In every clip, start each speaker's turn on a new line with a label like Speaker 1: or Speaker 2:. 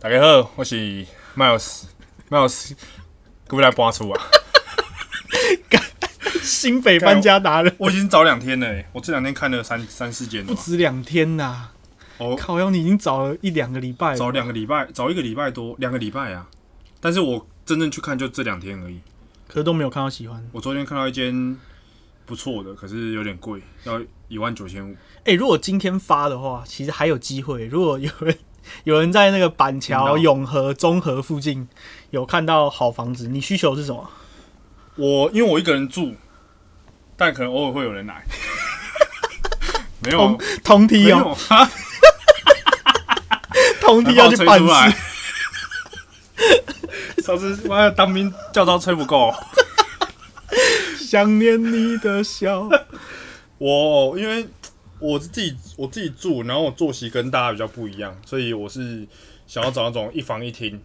Speaker 1: 大家好，我是 Miles，Miles，我来搬厝啊！
Speaker 2: 新北搬家达人，
Speaker 1: 我已经找两天了、欸，我这两天看了三三四间了啊
Speaker 2: 不
Speaker 1: 吧，
Speaker 2: 止两天呐！
Speaker 1: 哦，
Speaker 2: 靠，要你已经找了一两个礼拜
Speaker 1: 找
Speaker 2: 了，
Speaker 1: 两个礼拜，找一个礼拜多，两个礼拜啊！但是我真正去看就这两天而已。
Speaker 2: 可是都没有看到喜欢。
Speaker 1: 我昨天看到一间不错的，可是有点贵，要一万九千五。
Speaker 2: 哎、如果今天发的话，其实还有机会。如果有人 有人在那个板
Speaker 1: 听
Speaker 2: 桥、
Speaker 1: 到
Speaker 2: 永和、中和附近有看到好房子，你需求是什么？
Speaker 1: 我因为我一个人住，但可能偶尔会有人来。 没有啊
Speaker 2: 通，通
Speaker 1: 没
Speaker 2: 梯哦、
Speaker 1: 有，啊哈
Speaker 2: 通梯要去
Speaker 1: 吹
Speaker 2: 办
Speaker 1: 出来
Speaker 2: 事。。
Speaker 1: 上次妈的当兵教招吹不够。哦
Speaker 2: 想念你的笑，
Speaker 1: 我因为我是自己我自己住，然后我作息跟大家比较不一样，所以我是想要找那种一房一厅，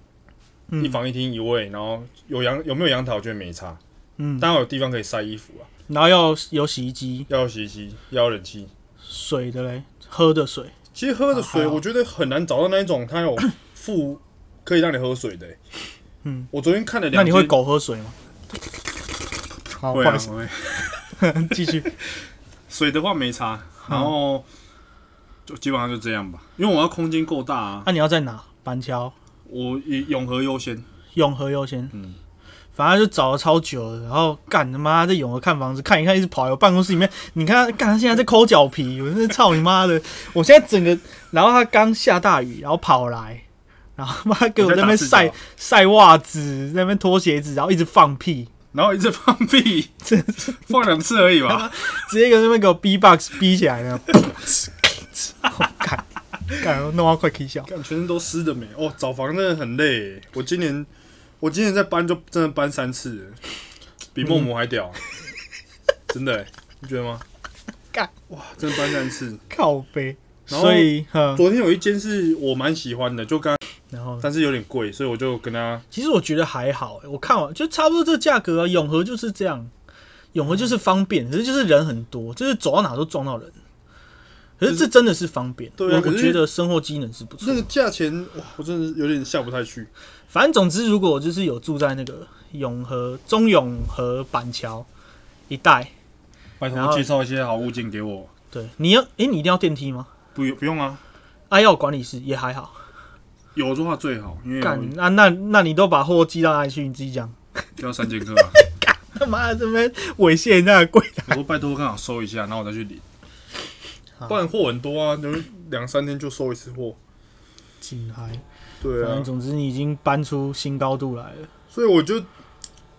Speaker 2: 嗯
Speaker 1: 一房一厅一卫，然后有阳有没有阳台，我觉得没差。
Speaker 2: 嗯，
Speaker 1: 当然有地方可以晒衣服啊，
Speaker 2: 然后要有洗衣机，
Speaker 1: 要有洗衣机，要有冷气。
Speaker 2: 水的嘞，喝的水，
Speaker 1: 其实喝的
Speaker 2: 啊
Speaker 1: 水，
Speaker 2: 还好
Speaker 1: 我觉得很难找到那一种它有附可以让你喝水的、欸
Speaker 2: 嗯，
Speaker 1: 我昨天看了两
Speaker 2: 那
Speaker 1: 间，
Speaker 2: 你会狗喝水吗？好，不
Speaker 1: 会
Speaker 2: 好
Speaker 1: 啊
Speaker 2: 意思，
Speaker 1: 会。
Speaker 2: 继续。
Speaker 1: 水的话没差，然
Speaker 2: 嗯
Speaker 1: 后就基本上就这样吧，因为我要空间够大啊，
Speaker 2: 那、你要在哪？板桥、
Speaker 1: 我以永和优先。
Speaker 2: 永和优先。
Speaker 1: 嗯
Speaker 2: 反正就找了超久了，然后干他妈在永和看房子，看一看，一直跑来我办公室里面。你看他，干他现在在抠脚皮，我真的操你妈的！ 我现在整个，然后他刚下大雨，然后跑来，然后妈给我在那边
Speaker 1: 我
Speaker 2: 晒
Speaker 1: 在打赤
Speaker 2: 晒袜子，在那边脱鞋子，然后一直放屁，
Speaker 1: 然后一直放 屁，放两次而已 吧。
Speaker 2: 直接跟那边给我 B box 逼起来了， 干干，我弄到快气笑。
Speaker 1: 看全身都湿的没哦，找房真的很累耶。我今年我今年在搬就真的搬三次了，比孟母还屌 啊、真的耶，欸你觉得吗？
Speaker 2: 干
Speaker 1: 哇，真的搬三次。
Speaker 2: 靠背，
Speaker 1: 然后
Speaker 2: 所以嗯，
Speaker 1: 昨天有一间是我蛮喜欢的，就刚
Speaker 2: 然后
Speaker 1: 但是有点贵，所以我就跟他
Speaker 2: 其实我觉得还好、欸，我看完就差不多这个价格啊。永和就是这样，永和就是方便，可是就是人很多，就是走到哪都撞到人。可是这真的是方便，
Speaker 1: 对啊
Speaker 2: 我
Speaker 1: 可
Speaker 2: 我
Speaker 1: 是
Speaker 2: 觉得生活机能是不错
Speaker 1: 这。个价钱哇，我真的有点下不太去。
Speaker 2: 反正总之，如果我就是有住在那个永和、中永和、板桥一带，
Speaker 1: 拜
Speaker 2: 然后
Speaker 1: 托介绍一些好物件给我，
Speaker 2: 对，你要诶、你一定要电梯吗？
Speaker 1: 不用不用啊，
Speaker 2: 啊，要有管理室也还好。
Speaker 1: 有的话最好，因为
Speaker 2: 干
Speaker 1: 我
Speaker 2: 啊，那那你都把货寄到哪里去？你自己讲。
Speaker 1: 要三节课啊。
Speaker 2: 他 妈的，这边猥亵人家的柜台。
Speaker 1: 我说拜托，刚好收一下，然后我再去领
Speaker 2: 好。
Speaker 1: 不然货很多啊，就是两三天就收一次货。
Speaker 2: 紧嗨，
Speaker 1: 对
Speaker 2: 哎反
Speaker 1: 啊
Speaker 2: 正，总之你已经搬出新高度来了。
Speaker 1: 所以我就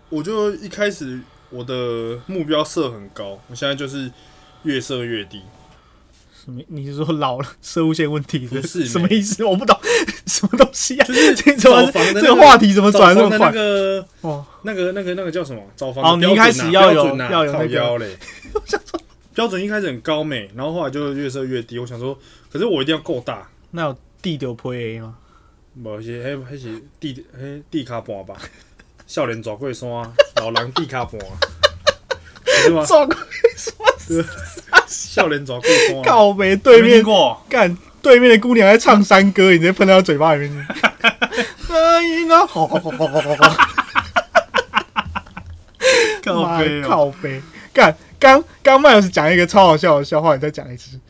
Speaker 1: 我就一开始我的目标设很高，我现在就是越设越低。
Speaker 2: 什么？你是说老了社会线问题是
Speaker 1: 不是
Speaker 2: 什么意思？我不懂 什么东西啊！
Speaker 1: 就是
Speaker 2: 这怎
Speaker 1: 找
Speaker 2: 么
Speaker 1: 房的
Speaker 2: 这
Speaker 1: 那
Speaker 2: 个
Speaker 1: 个
Speaker 2: 话题怎么
Speaker 1: 找
Speaker 2: 转得
Speaker 1: 房
Speaker 2: 那
Speaker 1: 的
Speaker 2: 么
Speaker 1: 那
Speaker 2: 快？
Speaker 1: 个
Speaker 2: 哦，
Speaker 1: 那个那个那个叫什么？找
Speaker 2: 哦
Speaker 1: 房
Speaker 2: 你
Speaker 1: 的标准啊
Speaker 2: 一开始要有
Speaker 1: 标准啊
Speaker 2: 要有那个
Speaker 1: 靠腰 嘞。标准一开始很高美，然后后来就越设越低。我想说，可是我一定要够大，
Speaker 2: 那有地丢破 A 吗？
Speaker 1: 无是迄迄是地迄地卡盘吧， 少年抓过山，老人地卡盘，是吗？
Speaker 2: 撞
Speaker 1: 少年抓过山，
Speaker 2: 靠北对
Speaker 1: 有没有听
Speaker 2: 面
Speaker 1: 过，
Speaker 2: 干对面的姑娘在唱山歌，你直接喷到她嘴巴里面去。 哎 呀，好好好好好好
Speaker 1: 哦
Speaker 2: 好，
Speaker 1: 靠
Speaker 2: 妈
Speaker 1: 背
Speaker 2: 的
Speaker 1: 哦。
Speaker 2: 靠北干。刚刚麦老师讲一个超好笑的笑话，你再讲一次。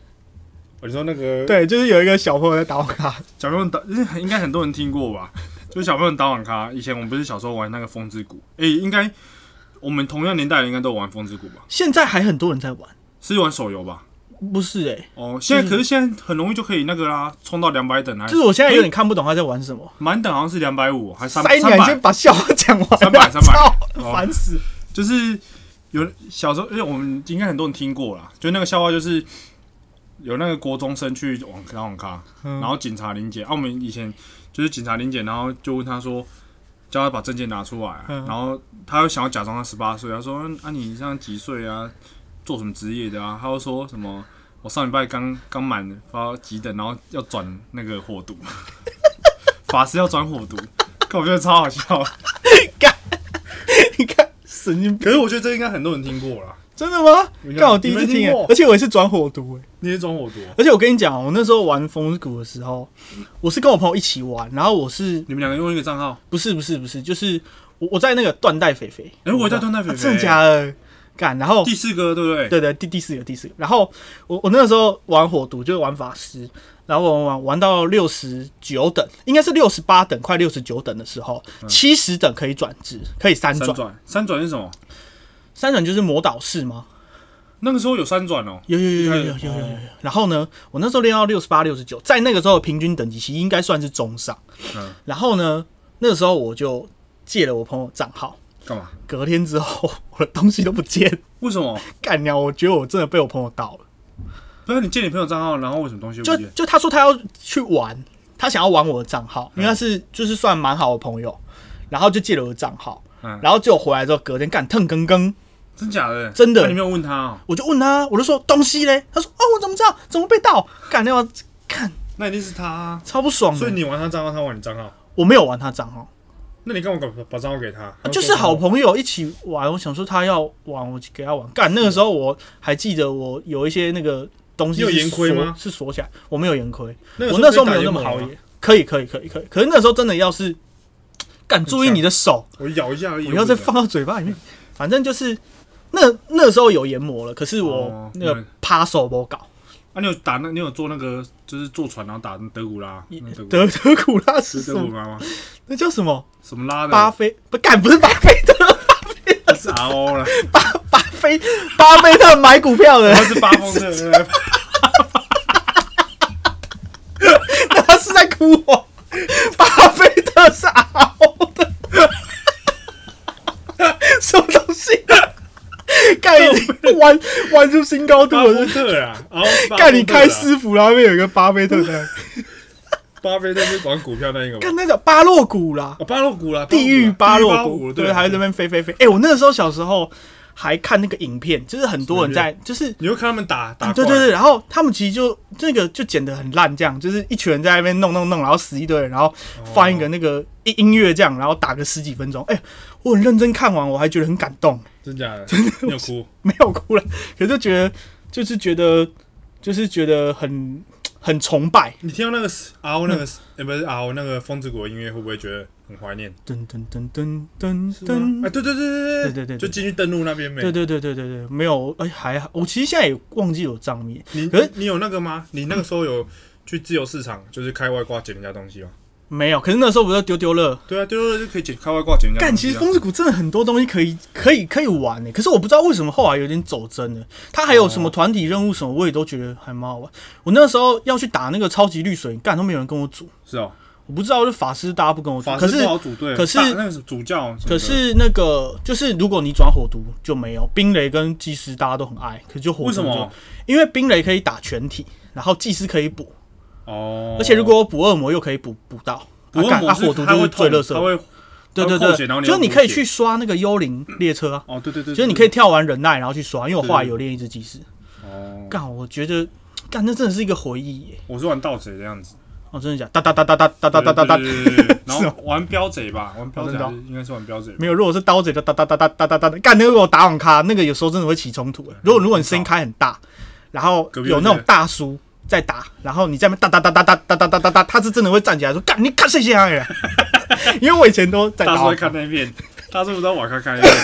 Speaker 1: 我就说那个，，
Speaker 2: 对，就是有一个小朋友在打网咖，
Speaker 1: 小朋友打，应该很多人听过吧？就是小朋友打网咖，以前我们不是小时候玩那个风之谷，诶、应该我们同样年代的应该都有玩风之谷吧？
Speaker 2: 现在还很多人在玩。
Speaker 1: 是玩手游吧？
Speaker 2: 不是哎、
Speaker 1: 哦，现在
Speaker 2: 嗯
Speaker 1: 可是现在很容易就可以那个啦，冲到两百等啊
Speaker 2: 就，是我现在有点看不懂他在玩什么。
Speaker 1: 满等好像是两百五还是三
Speaker 2: 塞
Speaker 1: 三
Speaker 2: 你啊！你先
Speaker 1: 百，
Speaker 2: 把笑话讲完吧。
Speaker 1: 300
Speaker 2: 啊
Speaker 1: 300
Speaker 2: 操
Speaker 1: 哦
Speaker 2: 烦死！
Speaker 1: 就是有小时候，因为我们应该很多人听过啦，就那个笑话就是有那个国中生去网打网咖，
Speaker 2: 嗯
Speaker 1: 然后警察临检，啊，我们以前就是警察临检，然后就问他说，叫他把证件拿出来啊、
Speaker 2: 嗯
Speaker 1: 然后他又想要假装他十八岁，他说啊你这样几岁啊，做什么职业的啊？他又说什么我上礼拜刚刚满不知道几等，然后要转那个火毒， 法师要转火毒，可我觉得超好笑。
Speaker 2: 你看神经病，
Speaker 1: 可是我觉得这应该很多人听过啦。
Speaker 2: 真的吗？
Speaker 1: 你看
Speaker 2: 刚好第一次
Speaker 1: 你没
Speaker 2: 听、
Speaker 1: 听
Speaker 2: 欸
Speaker 1: 过，
Speaker 2: 而且我也是转火毒、欸，
Speaker 1: 那些装火毒哦，
Speaker 2: 而且我跟你讲，我那时候玩风之谷的时候，我是跟我朋友一起玩，然后我是
Speaker 1: 你们两个用一个账号，
Speaker 2: 不是不是不是，就是我我在那个断代肥肥，
Speaker 1: 哎我也在断代肥肥
Speaker 2: 啊真的假的？干，然后
Speaker 1: 第四个对不对？
Speaker 2: 对对第第四个第四个，然后我我那个时候玩火毒就是玩法师，然后玩玩玩到六十九等，应该是六十八等快六十九等的时候，
Speaker 1: 嗯
Speaker 2: 七十等可以转职，可以三
Speaker 1: 三
Speaker 2: 转，
Speaker 1: 转，三转是什么？
Speaker 2: 三转就是魔导士吗？
Speaker 1: 那个时候有三转哦，
Speaker 2: 有有有有有有有有有。
Speaker 1: 嗯
Speaker 2: 然后呢，我那时候练到六十八、六十九，在那个时候的平均等级其实应该算是中上。
Speaker 1: 嗯
Speaker 2: 然后呢，那个时候我就借了我朋友账号，
Speaker 1: 干嘛？
Speaker 2: 隔天之后我的东西都不见，
Speaker 1: 为什么？
Speaker 2: 干娘，我觉得我真的被我朋友盗了。
Speaker 1: 不是你借你朋友账号，然后为什么东西不
Speaker 2: 就
Speaker 1: 见？
Speaker 2: 就他说他要去玩，他想要玩我的账号，
Speaker 1: 嗯
Speaker 2: 因为他是就是算蛮好的朋友，然后就借了我的账号
Speaker 1: 嗯，
Speaker 2: 然后结果回来之后隔天干腾更更。
Speaker 1: 真假的？
Speaker 2: 真的
Speaker 1: 那你没有问他哦？
Speaker 2: 我就问他，我就说东西嘞，他说哦，我怎么知道？怎么被盗？干掉，看
Speaker 1: 那一定是他啊。
Speaker 2: 超不爽的。
Speaker 1: 所以你玩他账号，他玩你账号，
Speaker 2: 我没有玩他账号，
Speaker 1: 那你干嘛把把账号给他？
Speaker 2: 就是好朋友一起玩。我想说他要玩，我就给他玩。干那个时候我还记得我有一些那个东
Speaker 1: 嗯
Speaker 2: 西
Speaker 1: 你有
Speaker 2: 是
Speaker 1: 言亏
Speaker 2: 锁
Speaker 1: 吗
Speaker 2: 是锁起来，我没有言亏，
Speaker 1: 那个
Speaker 2: 我那时候
Speaker 1: 可以打啊
Speaker 2: 没有那
Speaker 1: 野
Speaker 2: 么
Speaker 1: 马
Speaker 2: 好
Speaker 1: 吗
Speaker 2: 也。可以可以可以可以，可是那时候真的要是敢注意你的手，
Speaker 1: 我咬一下而已。
Speaker 2: 不要再放到嘴巴里面。反正就是那那时候有研磨了，可是我
Speaker 1: 哦
Speaker 2: 那个趴手不搞。
Speaker 1: 啊，你有打那？你有做那个就是坐船然后打德古拉？那德古
Speaker 2: 德德古拉是
Speaker 1: 是
Speaker 2: 什
Speaker 1: 德古
Speaker 2: 么？
Speaker 1: 拉嗯吗？
Speaker 2: 那叫什么？
Speaker 1: 什么拉的？
Speaker 2: 巴菲不干不是巴菲特，
Speaker 1: 不是 RO 啦，
Speaker 2: 巴菲巴菲特买股票的
Speaker 1: 他，是巴风特对不对。
Speaker 2: 他是在哭我。巴菲特是阿欧的， 什么东西？干已经玩玩出新高度
Speaker 1: 巴
Speaker 2: 了
Speaker 1: 菲！特啊，然后巴
Speaker 2: 干
Speaker 1: 菲
Speaker 2: 你
Speaker 1: 特
Speaker 2: 开
Speaker 1: 啊，
Speaker 2: 私服，然后那边有一个巴菲特在，
Speaker 1: 巴菲特是管股票那一个吧
Speaker 2: 干？那叫巴洛谷啦，
Speaker 1: 啊，巴洛谷啦，
Speaker 2: 地狱巴洛谷，
Speaker 1: 谷，
Speaker 2: 对，
Speaker 1: 对，
Speaker 2: 还在那边飞飞飞。哎，我那个时候小时候还看那个影片，就是很多人在，就是
Speaker 1: 你会看他们打打怪，
Speaker 2: 对对对，然后他们其实就这个就剪得很烂，这样就是一群人在那边弄弄弄，然后死一堆人，然后
Speaker 1: 哦
Speaker 2: 放一个那个音音乐这样，然后打个十几分钟。哎、我很认真看完，我还觉得很感动，
Speaker 1: 真假的，你有哭？
Speaker 2: 没有哭了，可是就觉得就是觉得就是觉得很很崇拜。
Speaker 1: 你听到那个 RO 那个，哎，不是 RO 那个风之谷的音乐，会不会觉得很怀念？
Speaker 2: 噔噔噔噔噔
Speaker 1: 嗯，
Speaker 2: 噔
Speaker 1: 哎，，对对对对
Speaker 2: 对对对对
Speaker 1: 就进去登录那边没？
Speaker 2: 对对对对对对，没有，哎、还好，我其实现在也忘记有账面，
Speaker 1: 你
Speaker 2: 可是
Speaker 1: 你有那个吗？你那个时候有去自由市场，就是开外挂捡人家东西吗？
Speaker 2: 没有，可是那时候不是丢丢乐。
Speaker 1: 对啊，丢了就可以捡开外挂捡人家
Speaker 2: 干，
Speaker 1: 东西
Speaker 2: 其
Speaker 1: 啊。
Speaker 2: 实风之谷真的很多东西可以可以可以玩欸呢、可是我不知道为什么后来有点走真了。它还有什么团体任务什么，我也都觉得还蛮好玩。我那时候要去打那个超级绿水，干都没有人跟我组，
Speaker 1: 是哦，
Speaker 2: 我不知道，就法师大家不跟我组。
Speaker 1: 法
Speaker 2: 可
Speaker 1: 师
Speaker 2: 是
Speaker 1: 不好组队，
Speaker 2: 可是
Speaker 1: 大那个是主教什么的，
Speaker 2: 可是那个就是如果你转火毒就没有冰雷跟祭司，大家都很爱，可是就火毒
Speaker 1: 为什
Speaker 2: 就
Speaker 1: 么？？
Speaker 2: 因为冰雷可以打全体，然后祭司可以补，
Speaker 1: 哦，
Speaker 2: 而且如果我补恶魔又可以补补到。
Speaker 1: 不过
Speaker 2: 啊干
Speaker 1: 魔
Speaker 2: 啊
Speaker 1: 是
Speaker 2: 火毒
Speaker 1: 它
Speaker 2: 就
Speaker 1: 会
Speaker 2: 是最
Speaker 1: 痛
Speaker 2: 乐色
Speaker 1: 它，会
Speaker 2: 对对
Speaker 1: 它会扣血
Speaker 2: 对，
Speaker 1: 然后你
Speaker 2: 就是
Speaker 1: 要
Speaker 2: 你
Speaker 1: 补
Speaker 2: 可以
Speaker 1: 血
Speaker 2: 去刷那个幽灵列车啊，
Speaker 1: 哦，对对对，
Speaker 2: 就是你可以跳完忍耐，然后去刷，因为我后来有练一只技师。
Speaker 1: 哦，
Speaker 2: 干，我觉得干那真的是一个回忆耶！
Speaker 1: 我是玩盗贼这样子，
Speaker 2: 哦，真的假的？哒哒哒哒哒哒哒哒哒
Speaker 1: 对
Speaker 2: 哒，
Speaker 1: 对对对对然后玩镖贼吧，玩镖
Speaker 2: 哦真
Speaker 1: 贼
Speaker 2: 的哦
Speaker 1: 还是应该是玩镖贼吧，
Speaker 2: 没有。如果是刀子就哒哒哒哒哒哒哒哒，干那个如果打网咖，那个有时候真的会起冲突耶。如果如果你声音开很大，然后
Speaker 1: 隔壁
Speaker 2: 有
Speaker 1: 有
Speaker 2: 那种
Speaker 1: 谁
Speaker 2: 大叔在打，然后你在那边哒哒哒哒哒哒哒哒哒哒，他是真的会站起来说：“干你干谁下呀？”因为我以前都在
Speaker 1: 大
Speaker 2: 打
Speaker 1: 叔
Speaker 2: 网
Speaker 1: 会
Speaker 2: 咖，
Speaker 1: 看那片，大叔不知道瓦看看那片，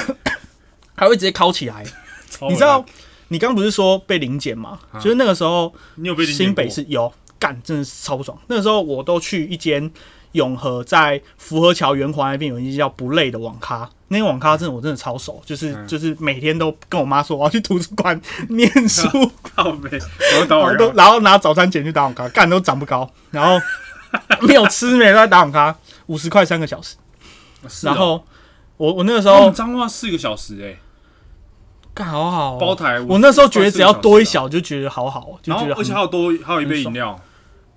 Speaker 2: 还会直接铐起来。
Speaker 1: 超
Speaker 2: 你知
Speaker 1: 好
Speaker 2: 道
Speaker 1: 看？
Speaker 2: 你刚不是说被零检吗？就是那个时候。
Speaker 1: 你有被理解
Speaker 2: 新北
Speaker 1: 过
Speaker 2: 市有干，真的是超不爽。那个时候我都去一间永和在福和桥圆环那边有一间叫不累的网咖，那间网咖真的我真的超熟，就是、
Speaker 1: 嗯
Speaker 2: 就是每天都跟我妈说我要去图书 馆念书，
Speaker 1: 靠背，我要打
Speaker 2: 然
Speaker 1: 瓦
Speaker 2: 后都
Speaker 1: 看，
Speaker 2: 然后拿早餐钱去打网咖，干都长不高，然后没有吃没有在打网咖，五十块三个小时，
Speaker 1: 是哦嗯
Speaker 2: 然后。我我那个时
Speaker 1: 我
Speaker 2: 候
Speaker 1: 们彰化四个小时哎，
Speaker 2: 干好好哦、
Speaker 1: 包台
Speaker 2: 我那时候觉得
Speaker 1: 54
Speaker 2: 只要多一
Speaker 1: 小时啊
Speaker 2: 小就觉得好好哦，就
Speaker 1: 然
Speaker 2: 觉
Speaker 1: 后
Speaker 2: 得
Speaker 1: 而且
Speaker 2: 很
Speaker 1: 还有多还有一杯
Speaker 2: 很
Speaker 1: 饮料，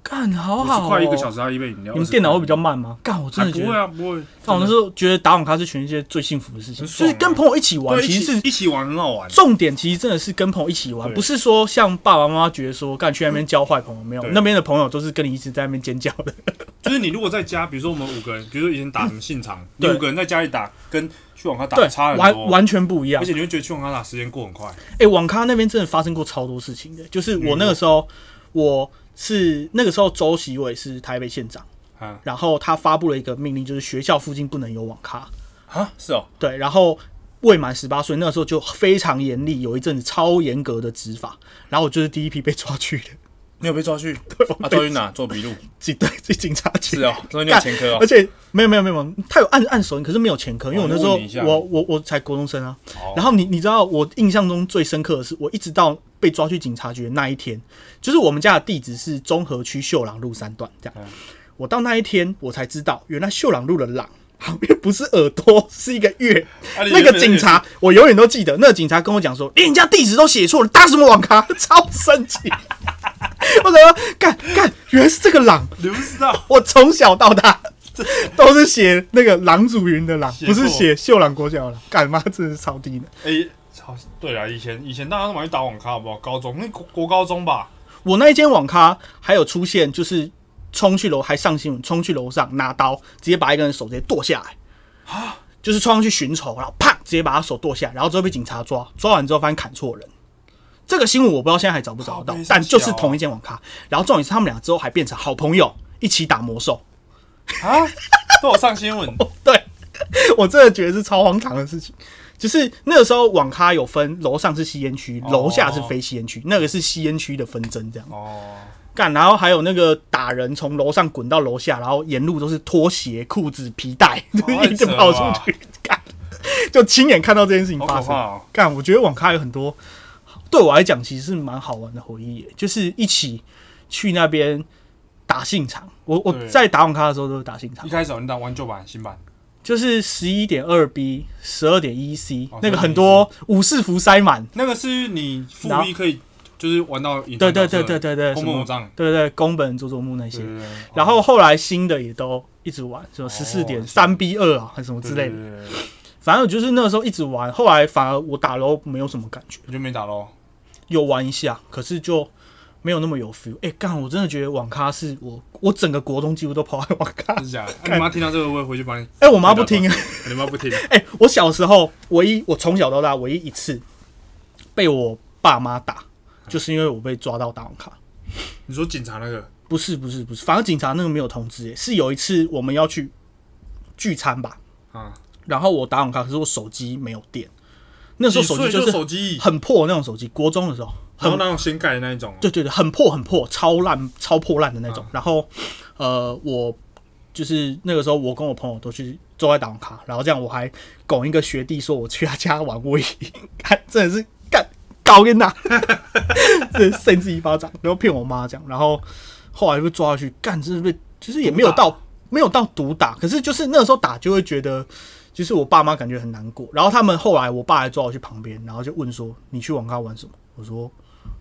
Speaker 2: 干好
Speaker 1: 五
Speaker 2: 好、
Speaker 1: 十
Speaker 2: 哦，
Speaker 1: 块一个小时还一杯饮料，
Speaker 2: 你们电脑会比较
Speaker 1: 慢，
Speaker 2: 慢吗？干，我
Speaker 1: 还
Speaker 2: 真的觉
Speaker 1: 不
Speaker 2: 得
Speaker 1: 会，啊，不会。
Speaker 2: 干我那时候觉得打网咖是全世界最幸福的事情，
Speaker 1: 很
Speaker 2: 就
Speaker 1: 爽啊
Speaker 2: 是跟朋友一起玩，
Speaker 1: 对一
Speaker 2: 其
Speaker 1: 起
Speaker 2: 实是
Speaker 1: 一起玩很好玩，
Speaker 2: 重点，其实真的是跟朋友一起玩，
Speaker 1: 对
Speaker 2: 不是说像爸爸妈妈觉得说干去那边交坏朋友，没有，
Speaker 1: 对
Speaker 2: 那边的朋友都是跟你一直在那边尖叫的，
Speaker 1: 就是你如果在家，比如说我们五个人，比如说以前打什么信长，你
Speaker 2: 对
Speaker 1: 五个人在家里打，跟去网咖打
Speaker 2: 对
Speaker 1: 差，很
Speaker 2: 完
Speaker 1: 多，
Speaker 2: 完全不一样
Speaker 1: 而。且你会觉得去网咖打时间过很快，
Speaker 2: 哎、网咖那边真的发生过超多事情的，就是我那个时候，我是那个时候周习伟是台北县长，
Speaker 1: 啊
Speaker 2: 然后他发布了一个命令，就是学校附近不能有网咖，
Speaker 1: 啊，是哦，
Speaker 2: 对，然后未满十八岁，那个时候就非常严厉，有一阵子超严格的执法，然后我就是第一批被抓去的，
Speaker 1: 你有被抓 去？啊，
Speaker 2: 被
Speaker 1: 抓去哪？做笔 录？
Speaker 2: 自己对自己警察局
Speaker 1: 是哦，抓去你有前科
Speaker 2: 而
Speaker 1: 哦。
Speaker 2: 且没有没有没有，他有按按手印，可是没有前科，因为我那时候
Speaker 1: 哦那问你一下
Speaker 2: 我我我才国中生啊。
Speaker 1: 哦
Speaker 2: 然后你你知道我印象中最深刻的是，我一直到被抓去警察局的那一天，就是我们家的地址是中和区秀朗路三段
Speaker 1: 嗯
Speaker 2: 这样。我到那一天我才知道，原来秀朗路的朗。旁边不是耳朵，是一个月。
Speaker 1: 啊你
Speaker 2: 那
Speaker 1: 原
Speaker 2: 个
Speaker 1: 本
Speaker 2: 警察，我永远都记得。那个警察跟我讲说，连人家地址都写错了，打什么网咖？ 超生气！ 我怎么干干？原来是这个朗，
Speaker 1: 你不知道，
Speaker 2: 我从小到 大都是写那个郎祖云的郎，
Speaker 1: 写
Speaker 2: 不
Speaker 1: 错
Speaker 2: 是写秀朗国小的郎。干妈真的是超低的。
Speaker 1: 哎，好，对啦，以前以前大家都蛮去打网咖，好不好？高中那国国高中吧，
Speaker 2: 我那一间网咖还有出现，就是冲去楼还上新闻，冲去楼上拿刀，直接把一个人手直接剁下来，
Speaker 1: 啊
Speaker 2: 就是冲上去寻仇，然后啪直接把他手剁下来，然后之后被警察抓，抓完之后发现砍错人。这个新闻我不知道现在还找不找得
Speaker 1: 靠
Speaker 2: 到
Speaker 1: 背，三
Speaker 2: 但就是
Speaker 1: 小
Speaker 2: 同一间网咖。然后重点是他们俩之后还变成好朋友，一起打魔兽。
Speaker 1: 啊，都有上新 闻，
Speaker 2: 对我真的觉得是超荒唐的事情。就是那个时候，网咖有分楼上是吸烟区，
Speaker 1: 哦
Speaker 2: 楼下是非吸烟区，那个是吸烟区的纷争这样。
Speaker 1: 哦，
Speaker 2: 干，然后还有那个打人从楼上滚到楼下，然后沿路都是拖鞋、裤子、皮带，
Speaker 1: 哦
Speaker 2: 就是 一直跑出去，干，就亲眼看到这件事情
Speaker 1: 好
Speaker 2: 发
Speaker 1: 可
Speaker 2: 生
Speaker 1: 怕。哦！
Speaker 2: 干，我觉得网咖有很多，对我来讲其实是蛮好玩的回忆耶，就是一起去那边打信场。我我
Speaker 1: 对
Speaker 2: 在打网咖的时候都是打信场
Speaker 1: 一。开始你打玩旧版、新版，
Speaker 2: 就是十一点二 B、十二点一 C
Speaker 1: 哦
Speaker 2: 那个
Speaker 1: 11.1
Speaker 2: 很多武士服塞满，
Speaker 1: 那个是你复
Speaker 2: 然后
Speaker 1: 议可以，就是玩到隐藏
Speaker 2: 对对
Speaker 1: 角
Speaker 2: 对
Speaker 1: 色
Speaker 2: 对对对，
Speaker 1: 公
Speaker 2: 什
Speaker 1: 文
Speaker 2: 么
Speaker 1: 五藏，
Speaker 2: 对对宫本佐佐木那些
Speaker 1: 对，对对
Speaker 2: 然后后来新的也都一直玩，什么十四点三 B 二啊，还是什么
Speaker 1: 对
Speaker 2: 之类
Speaker 1: 对
Speaker 2: 的，
Speaker 1: 对对对
Speaker 2: 反正我就是那个时候一直玩，后来反而我打楼没有什么感觉，
Speaker 1: 你就没打喽。
Speaker 2: 有玩一下，可是就。没有那么有 feel，哎、干！我真的觉得网咖是我我整个国中几乎都跑来网咖，
Speaker 1: 是假的？啊、你妈听到这个会回去帮你？
Speaker 2: 哎、我妈不听，
Speaker 1: 啊你妈不听，
Speaker 2: 哎、我小时候唯一，我从小到大唯一一次被我爸妈打，就是因为我被抓到打网卡。
Speaker 1: 你说警察那个
Speaker 2: 不是不是不是，反正警察那个没有通知、哎，是有一次我们要去聚餐吧，
Speaker 1: 啊，
Speaker 2: 然后我打网卡，可是我手机没有电，那时候手机
Speaker 1: 几岁就是手机，
Speaker 2: 很破的那种手机，国中的时候
Speaker 1: 然后
Speaker 2: 很
Speaker 1: 那种掀盖的那一种，
Speaker 2: 对对对，很破很破，超烂超破烂的那种。然后呃，我就是那个时候，我跟我朋友都去都在打网咖，然后这样我还拱一个学弟说我去他家玩位，看真的是干搞跟 哪，这扇自己一巴掌，然后骗我妈这样，然后后来被抓去干，真的被就是也没有到没有到毒打，可是就是那个时候打就会觉得。就是我爸妈感觉很难过，然后他们后来我爸还抓我去旁边，然后就问说：“你去网咖玩什么？”我说：“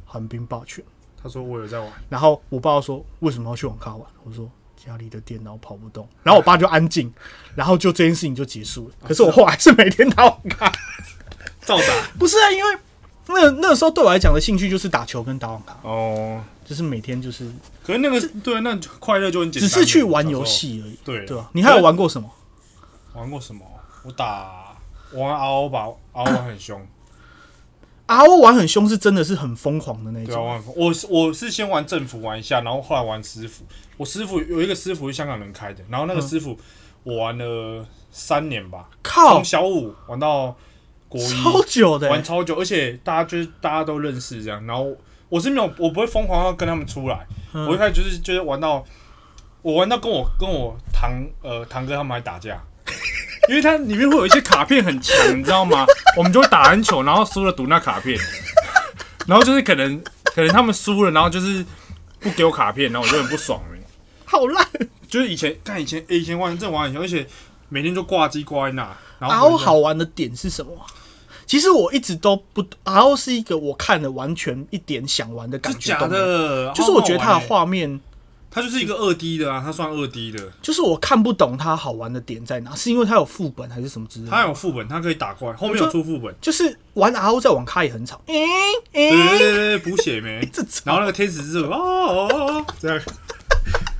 Speaker 2: 寒冰霸权。”
Speaker 1: 他说我有在玩，
Speaker 2: 然后我爸说为什么要去网咖玩？我说家里的电脑跑不动。然后我爸就安静，然后就这件事情就结束了。
Speaker 1: 哦
Speaker 2: 可是我
Speaker 1: 啊
Speaker 2: 后来是每天打网咖，
Speaker 1: 照打。
Speaker 2: 不是啊，因为那那时候对我来讲的兴趣就是打球跟打网咖，
Speaker 1: 哦，
Speaker 2: 就是每天就是
Speaker 1: 可是那个对，那快乐就很简
Speaker 2: 只
Speaker 1: 单，
Speaker 2: 是去玩游，戏而已，
Speaker 1: 对啊
Speaker 2: 对吧、啊你还有玩过什么？
Speaker 1: 玩过什么？我打我玩 RO 吧，RO 玩很凶，
Speaker 2: 啊，我玩很凶，是真的是很疯狂的那
Speaker 1: 对啊，
Speaker 2: 种。
Speaker 1: 玩很我是我是先玩政府玩一下，然后后来玩师傅。我师傅有一个师傅是香港人开的，然后那个师傅我玩了三年吧，
Speaker 2: 靠
Speaker 1: 从，小五玩到国一，
Speaker 2: 超久的欸、
Speaker 1: 玩超久，而且大家就是大家都认识这样。然后我是没有，我不会疯狂要跟他们出来。
Speaker 2: 嗯
Speaker 1: 我一开始就是就是玩到我玩到跟我跟我堂呃堂哥他们还打架，因为它里面会有一些卡片很强，你知道吗？我们就会打篮球，然后输了赌那卡片，然后就是可能可能他们输了，然后就是不给我卡片，然后我就很不爽了。
Speaker 2: 好烂！
Speaker 1: 就是以前看以前以前玩真的玩很凶，而且每天就挂机挂在那，然
Speaker 2: 然后
Speaker 1: 后
Speaker 2: 啊好玩的点是什么啊？其实我一直都不，RO 是一个我看了完全一点想玩的感
Speaker 1: 是
Speaker 2: 觉
Speaker 1: 假
Speaker 2: 都没有。
Speaker 1: 的，哦
Speaker 2: 就是我觉得它的画面
Speaker 1: 它就是一个二 D 的啊，它算二 D 的，
Speaker 2: 就是我看不懂它好玩的点在哪，是因为它有副本还是什么之类
Speaker 1: 它
Speaker 2: 的？
Speaker 1: 有副本，它可以打怪，后面有出副本，
Speaker 2: 就是玩 RO 在网咖也很吵，诶、
Speaker 1: 对
Speaker 2: 诶、
Speaker 1: 对对对，补血没，
Speaker 2: 这吵
Speaker 1: 然后那个天使之手哦哦哦，这样。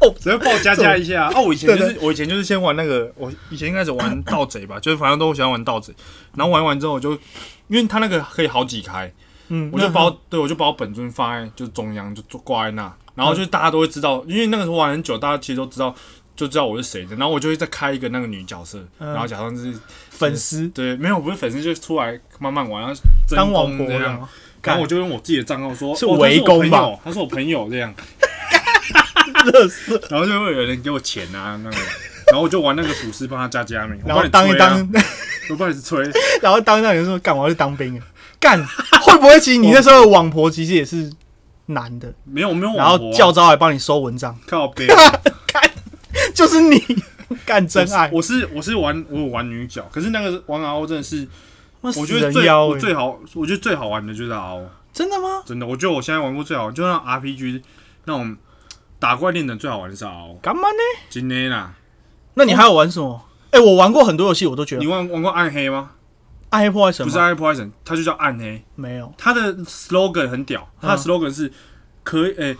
Speaker 2: 哦
Speaker 1: 只要报加加一下啊！我以前就
Speaker 2: 对
Speaker 1: 是我以前就是先玩那个，我以前一开始玩盗贼吧，就是反正都喜欢玩盗贼，然后玩完之后我就，因为它那个可以好几开，
Speaker 2: 嗯，
Speaker 1: 我就
Speaker 2: 那
Speaker 1: 把我对我就把我本尊放在就是中央就坐挂在那，然后就是大家都会知道，因为那个时候玩很久，大家其实都知道就知道我是谁的，然后我就会再开一个那个女角色，
Speaker 2: 嗯
Speaker 1: 然后假装是
Speaker 2: 粉丝
Speaker 1: 对没有不是粉丝，就出来慢慢玩，然后真
Speaker 2: 当网
Speaker 1: 攻
Speaker 2: 婆
Speaker 1: 这样，
Speaker 2: 了，
Speaker 1: 然
Speaker 2: 干
Speaker 1: 后我就用我自己的账号说
Speaker 2: 是
Speaker 1: 哦他
Speaker 2: 围攻吧
Speaker 1: 我朋友他是我朋友这样，
Speaker 2: 热死，
Speaker 1: 然后就会有人给我钱啊那个，然后我就玩那个厨师帮他加加名，我
Speaker 2: 然
Speaker 1: 帮
Speaker 2: 后
Speaker 1: 你
Speaker 2: 当一
Speaker 1: 吹啊
Speaker 2: 当，
Speaker 1: 我帮你吹，
Speaker 2: 然后当一当有人说干，我要去当兵了，干会不会其实你那时候的网婆其实也是男的，
Speaker 1: 没有没有
Speaker 2: 然
Speaker 1: 网
Speaker 2: 后
Speaker 1: 婆啊
Speaker 2: 教招来帮你收文章，
Speaker 1: 靠背。
Speaker 2: 干就是你 干真爱，
Speaker 1: 我是我是玩我有玩女角，可是那个玩 RO 真的是我
Speaker 2: 我
Speaker 1: 觉得最
Speaker 2: 妖
Speaker 1: 我
Speaker 2: 欸
Speaker 1: 最好，我觉得最好玩的就是 RO，
Speaker 2: 真的吗？
Speaker 1: 真的，我觉得我现在玩过最好，就像 RPG 那种打怪练的最好玩的是 RO。
Speaker 2: 干嘛呢？
Speaker 1: 今天啊啦，
Speaker 2: 那你还有玩什么？哎、我玩过很多游戏，我都觉得
Speaker 1: 你
Speaker 2: 《
Speaker 1: 玩玩过暗黑吗？
Speaker 2: 暗黑破坏神
Speaker 1: 不》是啊
Speaker 2: 吗？
Speaker 1: 暗黑破坏神，它就叫暗黑。
Speaker 2: 没有，
Speaker 1: 它的 slogan 很屌，它的
Speaker 2: 嗯
Speaker 1: slogan 是可以诶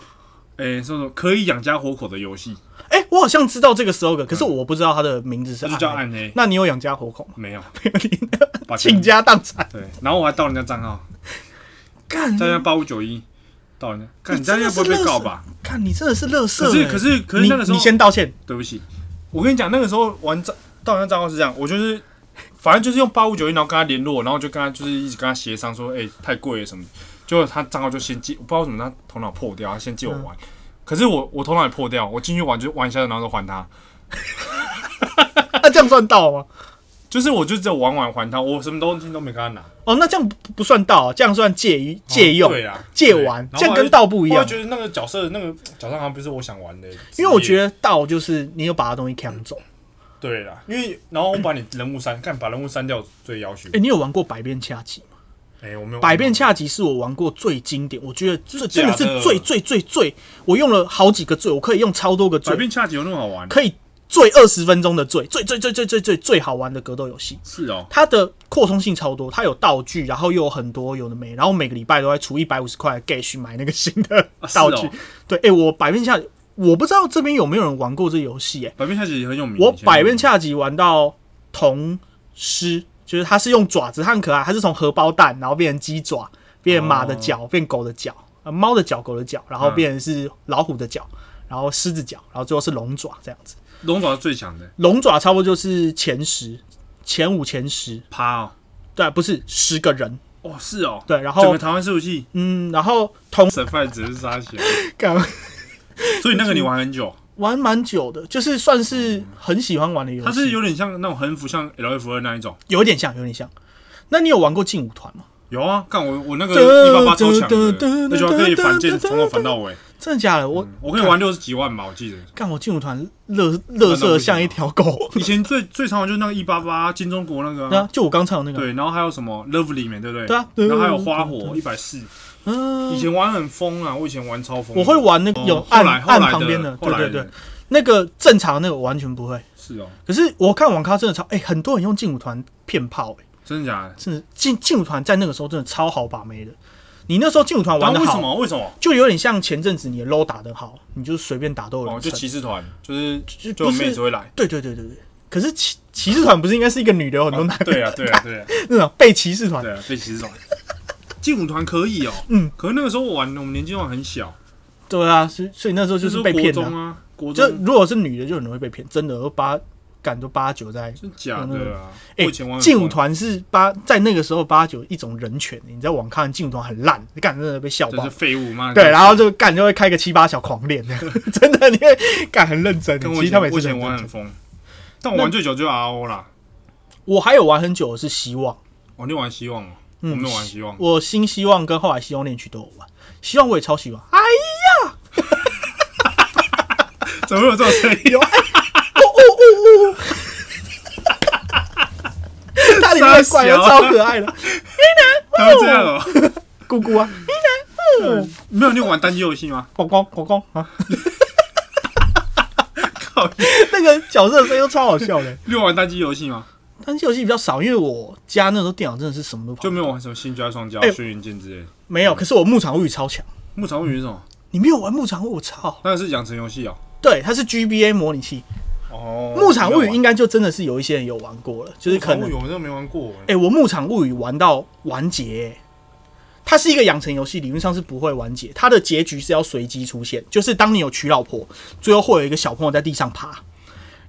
Speaker 1: 诶，说、说可以养家活口的游戏，
Speaker 2: 哎、我好像知道这个 slogan，可是我不知道它的名字是
Speaker 1: 它
Speaker 2: 暗
Speaker 1: 嗯就
Speaker 2: 黑。
Speaker 1: 叫暗黑。
Speaker 2: 那你有养家活口吗？
Speaker 1: 没有，
Speaker 2: 没有，你
Speaker 1: 把钱
Speaker 2: 倾家荡产，
Speaker 1: 对，然后我还盗人家账号，
Speaker 2: 干
Speaker 1: 在那八五九一盗人家，看
Speaker 2: 你
Speaker 1: 你哎这样应该不会
Speaker 2: 真的
Speaker 1: 被
Speaker 2: 是
Speaker 1: 告吧？
Speaker 2: 看你真的是乐色、
Speaker 1: 可是可是可是那个时候
Speaker 2: 你你先道歉，
Speaker 1: 对不起，我跟你讲，那个时候玩账盗人家账号是这样，我就是反正就是用八五九一，然后跟他联络，然后就跟他就是一直跟他协商说，哎、太贵了什么，结果他账号就先借，我不知道为什么他头脑破掉，他先借我
Speaker 2: 嗯
Speaker 1: 玩，可是我我头脑也破掉，我进去玩就玩一下，然后就还他，
Speaker 2: 那、啊这样算盗吗？
Speaker 1: 就是我就只有玩完还他，我什么东西都没跟他拿，
Speaker 2: 哦，那这样不不算盗、啊，这样算借借用、
Speaker 1: 对啊，
Speaker 2: 借玩，
Speaker 1: 对
Speaker 2: 这样跟盗不一
Speaker 1: 然后我
Speaker 2: 样
Speaker 1: 还。觉得那个角色那个角色好像不是我想玩的，
Speaker 2: 因为我觉
Speaker 1: 得
Speaker 2: 得盗就是你有把它东西抢走。
Speaker 1: 嗯对啦，因为然后我把你人物删，看把人物删掉最要求
Speaker 2: 哎、，你有玩过百变恰吉吗？
Speaker 1: 哎、我没有
Speaker 2: 百变恰吉是我玩过最经典，我觉得这真
Speaker 1: 假
Speaker 2: 的
Speaker 1: 的
Speaker 2: 是最最最最，我用了好几个最，我可以用超多个
Speaker 1: 百
Speaker 2: 最，
Speaker 1: 变恰吉有那么好玩？
Speaker 2: 可以最二十分钟的最，最最最最最最最好玩的格斗游戏。
Speaker 1: 是哦，
Speaker 2: 它的扩充性超多，它有道具，然后又有很多有的没，然后每个礼拜都在出一百五十块 cash 买那个新的
Speaker 1: 啊是
Speaker 2: 道
Speaker 1: 哦
Speaker 2: 具。对，哎、我百变恰，我不知道这边有没有人玩过这游戏、哎，
Speaker 1: 百变恰吉很有名。
Speaker 2: 我
Speaker 1: 以前
Speaker 2: 百变恰吉玩到铜狮，就是它是用爪子，它很可爱，它是从荷包蛋，然后变成鸡爪，变马的脚，变狗的脚，呃，猫的脚，狗的脚，然后
Speaker 1: 哦嗯
Speaker 2: 变成是老虎的脚，然后狮子脚，然后最后是龙爪这样子。
Speaker 1: 龙爪是最强的，
Speaker 2: 龙爪差不多就是前十、前五、前十，
Speaker 1: 趴哦，
Speaker 2: 对，不是十个人，
Speaker 1: 哦是哦，
Speaker 2: 对，然
Speaker 1: 整个
Speaker 2: 后
Speaker 1: 台湾伺服器
Speaker 2: 嗯，然后铜
Speaker 1: 神饭只是沙小，
Speaker 2: 感
Speaker 1: 所以那个你玩很久，
Speaker 2: 玩蛮久的，就是算是很喜欢玩的游戏，
Speaker 1: 它是有点像那种横幅，像 L F 二那一种。
Speaker 2: 有点像，有点像。那你有玩过劲舞团吗？
Speaker 1: 有啊，干我我那个一八八超强的，而且我可以反键从头反
Speaker 2: 真
Speaker 1: 到尾，
Speaker 2: 的假的？我
Speaker 1: 我可以玩六十几万吧，我记得。
Speaker 2: 干我劲舞团乐乐色像一条狗。
Speaker 1: 以前最最常玩就是那个一八八金钟国那个
Speaker 2: 那
Speaker 1: 啊，
Speaker 2: 就我刚唱的那个，
Speaker 1: 对，然后还有什么 Love 里面对不对？
Speaker 2: 对啊
Speaker 1: 然后还有花火一百四，
Speaker 2: 嗯，
Speaker 1: 以前玩很疯啊，我以前玩超疯的。
Speaker 2: 我会玩那个
Speaker 1: 哦
Speaker 2: 有
Speaker 1: 后
Speaker 2: 按
Speaker 1: 来后
Speaker 2: 按
Speaker 1: 来
Speaker 2: 旁边
Speaker 1: 的，后
Speaker 2: 对
Speaker 1: 来
Speaker 2: 对对
Speaker 1: 的，，
Speaker 2: 那个正常的那个我完全不会。
Speaker 1: 是哦，
Speaker 2: 可是我看网咖真的超，哎，很多人用劲舞团骗炮，哎，
Speaker 1: 真的假的？
Speaker 2: 真的劲劲舞团在那个时候真的超好把妹的。你那时候劲舞团玩的
Speaker 1: 然后为什
Speaker 2: 好，
Speaker 1: 么？为什么？
Speaker 2: 就有点像前阵子你的 low 打的好，你就随便打都有
Speaker 1: 哦，
Speaker 2: 人
Speaker 1: 就
Speaker 2: 蹭。
Speaker 1: 骑士团，就是
Speaker 2: 就
Speaker 1: 就
Speaker 2: 不
Speaker 1: 有
Speaker 2: 是
Speaker 1: 妹子会 来。
Speaker 2: 对对对对对。可是骑骑士团不是应该是一个女的，有很多男的
Speaker 1: 对啊，对啊，对啊，
Speaker 2: 那种被骑士团
Speaker 1: 对啊，对骑士团。 劲舞团可以哦，
Speaker 2: 嗯，
Speaker 1: 可是那个时候我玩，我们年纪都很小，
Speaker 2: 对啊，所以所以那时候就是
Speaker 1: 是
Speaker 2: 被
Speaker 1: 国
Speaker 2: 骗的、
Speaker 1: 中啊，国
Speaker 2: 就
Speaker 1: 中
Speaker 2: 如果是女的，就很容易被骗，真的都八敢都八九在。
Speaker 1: 真假的啊。我
Speaker 2: 哎
Speaker 1: 以前玩很
Speaker 2: 劲舞
Speaker 1: 疯，
Speaker 2: 团是八在那个时候八九一种人权，你在网看劲舞团很烂，干真的被笑
Speaker 1: 啊真
Speaker 2: 爆
Speaker 1: 是。废物嘛。
Speaker 2: 对，然后就干就会开个七八小狂练， 真的你会干很认真。
Speaker 1: 跟
Speaker 2: 其
Speaker 1: 我以
Speaker 2: 实他
Speaker 1: 前
Speaker 2: 们
Speaker 1: 我
Speaker 2: 也
Speaker 1: 以
Speaker 2: 是
Speaker 1: 前
Speaker 2: 很
Speaker 1: 玩
Speaker 2: 认
Speaker 1: 很
Speaker 2: 真。
Speaker 1: 疯，但我玩最久就 RO 啦。
Speaker 2: 我还有玩很久的是希望，
Speaker 1: 我就玩希望哦，我
Speaker 2: 嗯
Speaker 1: 没有玩希望。
Speaker 2: 我新希望跟后来希望恋曲都有玩，希望我也超喜欢。哎
Speaker 1: 怎么会有这种声音？
Speaker 2: 哦 呜呜呜！它里面的怪都超可爱的，
Speaker 1: 他会这样哦？
Speaker 2: 姑姑啊，
Speaker 1: 没有，你有玩单机游戏吗？
Speaker 2: 公公公公啊，
Speaker 1: 靠，
Speaker 2: 那个角色的声优超好笑的。
Speaker 1: 又玩单机游戏吗？
Speaker 2: 单机游戏比较少，因为我家那时候电脑真的是什么都跑
Speaker 1: 就，没有玩什么新加双骄、
Speaker 2: 哎
Speaker 1: 轩辕剑之类的。
Speaker 2: 没有。可是我牧场物语超强，
Speaker 1: 牧场物语是什么？
Speaker 2: 你没有玩牧场物，我操！
Speaker 1: 那是养成游戏哦。
Speaker 2: 对，它是 GBA 模拟器。
Speaker 1: 哦，
Speaker 2: 牧场物语应
Speaker 1: 该
Speaker 2: 该就真的是有一些人有玩过了，就是可能
Speaker 1: 我真的没玩过
Speaker 2: 哎、我牧场物语玩到完结欸、它是一个养成游戏，理论上是不会完结，它的结局是要随机出现，就是当你有娶老婆，最后会有一个小朋友在地上爬，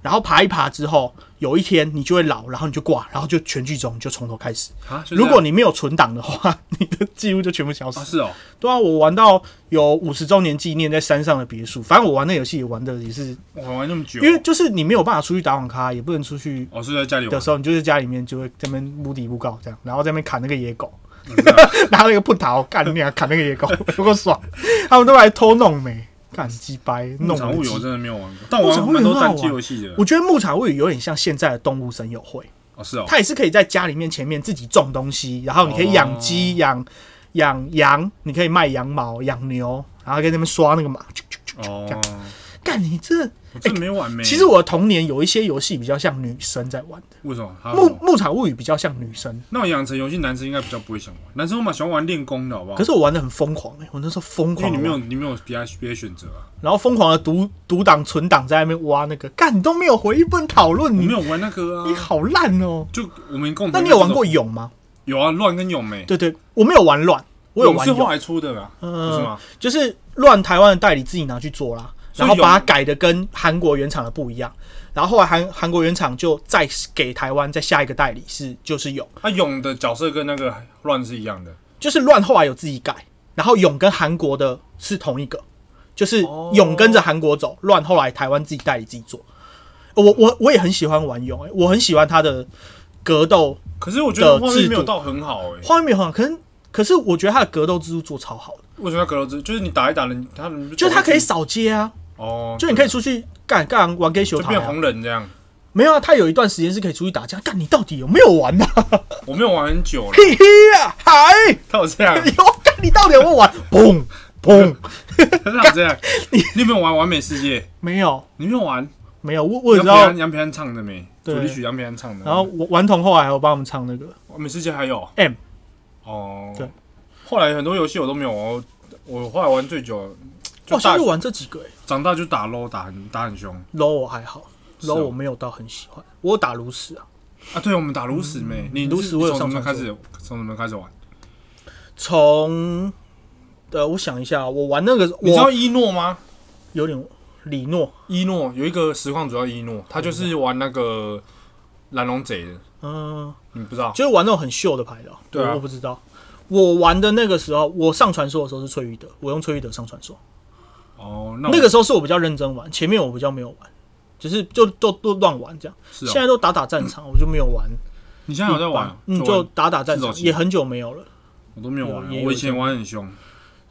Speaker 2: 然后爬一爬之后，有一天你就会老，然后你就挂，然后就全剧终，你就从头开始。
Speaker 1: 啊！就这样
Speaker 2: 如果你没有存档的话， 你的记录就全部消失
Speaker 1: 啊。是哦，
Speaker 2: 对啊，我玩到有五十周年纪念在山上的别墅，反正我玩那游戏也玩的也是，
Speaker 1: 我玩那么久，
Speaker 2: 因为就是你没有办法出去打网咖，也不能出去
Speaker 1: 我是在家里玩
Speaker 2: 的。时候，你就是家里面就会在那边无底不告这样，然后在那边砍那个野狗，
Speaker 1: 我知道
Speaker 2: 拿那个葡萄干你啊，砍那个野狗，有够爽！他们都来偷弄没，干鸡掰
Speaker 1: 牧
Speaker 2: 弄
Speaker 1: 场物
Speaker 2: 我
Speaker 1: 语
Speaker 2: 的
Speaker 1: 我
Speaker 2: 鸡。
Speaker 1: 真的没有玩过，但我
Speaker 2: 牧场
Speaker 1: 玩
Speaker 2: 物语
Speaker 1: 蛮多
Speaker 2: 很好
Speaker 1: 单机
Speaker 2: 玩
Speaker 1: 游戏的。
Speaker 2: 我觉得牧场物语有点像现在的动物森友会，
Speaker 1: 哦是哦，
Speaker 2: 它也是可以在家里面前面自己种东西，然后你可以养
Speaker 1: 哦
Speaker 2: 鸡、养养羊，你可以卖羊毛、养牛，然后跟他们刷那个马。
Speaker 1: 哦，
Speaker 2: 干你这，
Speaker 1: 我真的没玩没。
Speaker 2: 其实我的童年有一些游戏比较像女生在玩的，
Speaker 1: 为什么？还有什
Speaker 2: 牧
Speaker 1: 么
Speaker 2: 牧场物语比较像女生，
Speaker 1: 那种养成游戏男生应该比较不会想玩，男生嘛喜欢玩练功的好不好
Speaker 2: 可？是我玩的很疯狂哎、我那时候疯
Speaker 1: 因为
Speaker 2: 狂
Speaker 1: 你
Speaker 2: 地玩，
Speaker 1: 没有你没有别的别的选择啊，
Speaker 2: 然后疯狂的读读档、存档，在那边挖那个，干你都没有回一本讨论，
Speaker 1: 我没
Speaker 2: 你
Speaker 1: 有玩那个
Speaker 2: 嗯你
Speaker 1: 啊。
Speaker 2: 好烂哦、
Speaker 1: 就我们共同，
Speaker 2: 那你有玩过？勇吗？
Speaker 1: 有啊，乱跟勇没？
Speaker 2: 对对，我没有玩乱，我有
Speaker 1: 勇
Speaker 2: 玩
Speaker 1: 是后
Speaker 2: 勇，
Speaker 1: 来出的吧？不是
Speaker 2: 嗯，
Speaker 1: 吗？
Speaker 2: 就是乱台湾的代理自己拿去做啦，
Speaker 1: 所以
Speaker 2: 然后把它
Speaker 1: 勇
Speaker 2: 改的跟韩国原厂的不一样，然后后来韩韩国原厂就再给台湾再下一个代理是就是勇，
Speaker 1: 他啊勇的角色跟那个乱是一样的。
Speaker 2: 就是乱后来有自己改，然后勇跟韩国的是同一个，就是
Speaker 1: 哦
Speaker 2: 勇跟着韩国走，乱后来台湾自己代理自己做。呃我我我也很喜欢玩勇、欸，我很喜欢他的格斗
Speaker 1: 可是我觉得
Speaker 2: 的
Speaker 1: 画面没
Speaker 2: 制
Speaker 1: 有
Speaker 2: 度
Speaker 1: 到很好哎、
Speaker 2: 画面很好，可是可是我觉得他的格斗制度做超好的，
Speaker 1: 为什么要格斗之？就是你打一打人，他们走
Speaker 2: 就是他可以
Speaker 1: 过去
Speaker 2: 扫街啊，
Speaker 1: 哦，
Speaker 2: 就你可以出去干干玩 gay 球
Speaker 1: 就
Speaker 2: 台、
Speaker 1: 变
Speaker 2: 啊，
Speaker 1: 红人这样。
Speaker 2: 没有啊，他有一段时间是可以出去打架，干你到底有没有玩 啊？
Speaker 1: 我没有玩很 久了，
Speaker 2: 嘿嘿啊，嗨，
Speaker 1: 他有这样，
Speaker 2: 哟，干 你到底有没有玩？砰 砰，
Speaker 1: 他有这样。 你有没有玩完美世界？
Speaker 2: 没有
Speaker 1: 你没有玩？
Speaker 2: 没有，我我也
Speaker 1: 杨
Speaker 2: 知
Speaker 1: 培
Speaker 2: 道
Speaker 1: 安杨培安唱的没？主
Speaker 2: 对
Speaker 1: 题曲杨培安唱的。
Speaker 2: 然后我顽童后来还有帮我们唱那个
Speaker 1: 完美世界还有
Speaker 2: M，
Speaker 1: 哦。
Speaker 2: 对。
Speaker 1: 后来很多游戏我都没有玩，我我后来玩最久，
Speaker 2: 哦我
Speaker 1: 就
Speaker 2: 现
Speaker 1: 大
Speaker 2: 在就玩这几个、欸、
Speaker 1: 长大就打 low 打很打很凶
Speaker 2: ，low 我还好
Speaker 1: 是哦
Speaker 2: ，low 我没有到很喜欢，我有打炉石啊，
Speaker 1: 啊。对，我们打炉石没？你
Speaker 2: 嗯炉
Speaker 1: 是
Speaker 2: 石我有
Speaker 1: 从什
Speaker 2: 上
Speaker 1: 么
Speaker 2: 传
Speaker 1: 开始？从什么开始玩？
Speaker 2: 从呃我想一下，我玩那个
Speaker 1: 你知道
Speaker 2: 我
Speaker 1: 一诺吗？
Speaker 2: 有点李诺，
Speaker 1: 一诺有一个实况主叫一诺，他就是玩那个蓝龙贼的，
Speaker 2: 嗯，
Speaker 1: 你不知道？
Speaker 2: 就是玩那种很秀的牌的哦、
Speaker 1: 对啊
Speaker 2: 我我不知道。我玩的那个时候，我上传说的时候是翠玉德，我用翠玉德上传说。
Speaker 1: 哦，那我
Speaker 2: 那个时候是我比较认真玩，前面我比较没有玩，只是就都都乱玩这样。
Speaker 1: 是哦，
Speaker 2: 现在都打打战场，我就没有玩。
Speaker 1: 你现在有在玩？
Speaker 2: 嗯，
Speaker 1: 就
Speaker 2: 就
Speaker 1: 玩
Speaker 2: 打打战
Speaker 1: 自走
Speaker 2: 场，
Speaker 1: 棋
Speaker 2: 也很久没有了。
Speaker 1: 我都没有玩啊
Speaker 2: 有也，有
Speaker 1: 我以前玩很凶。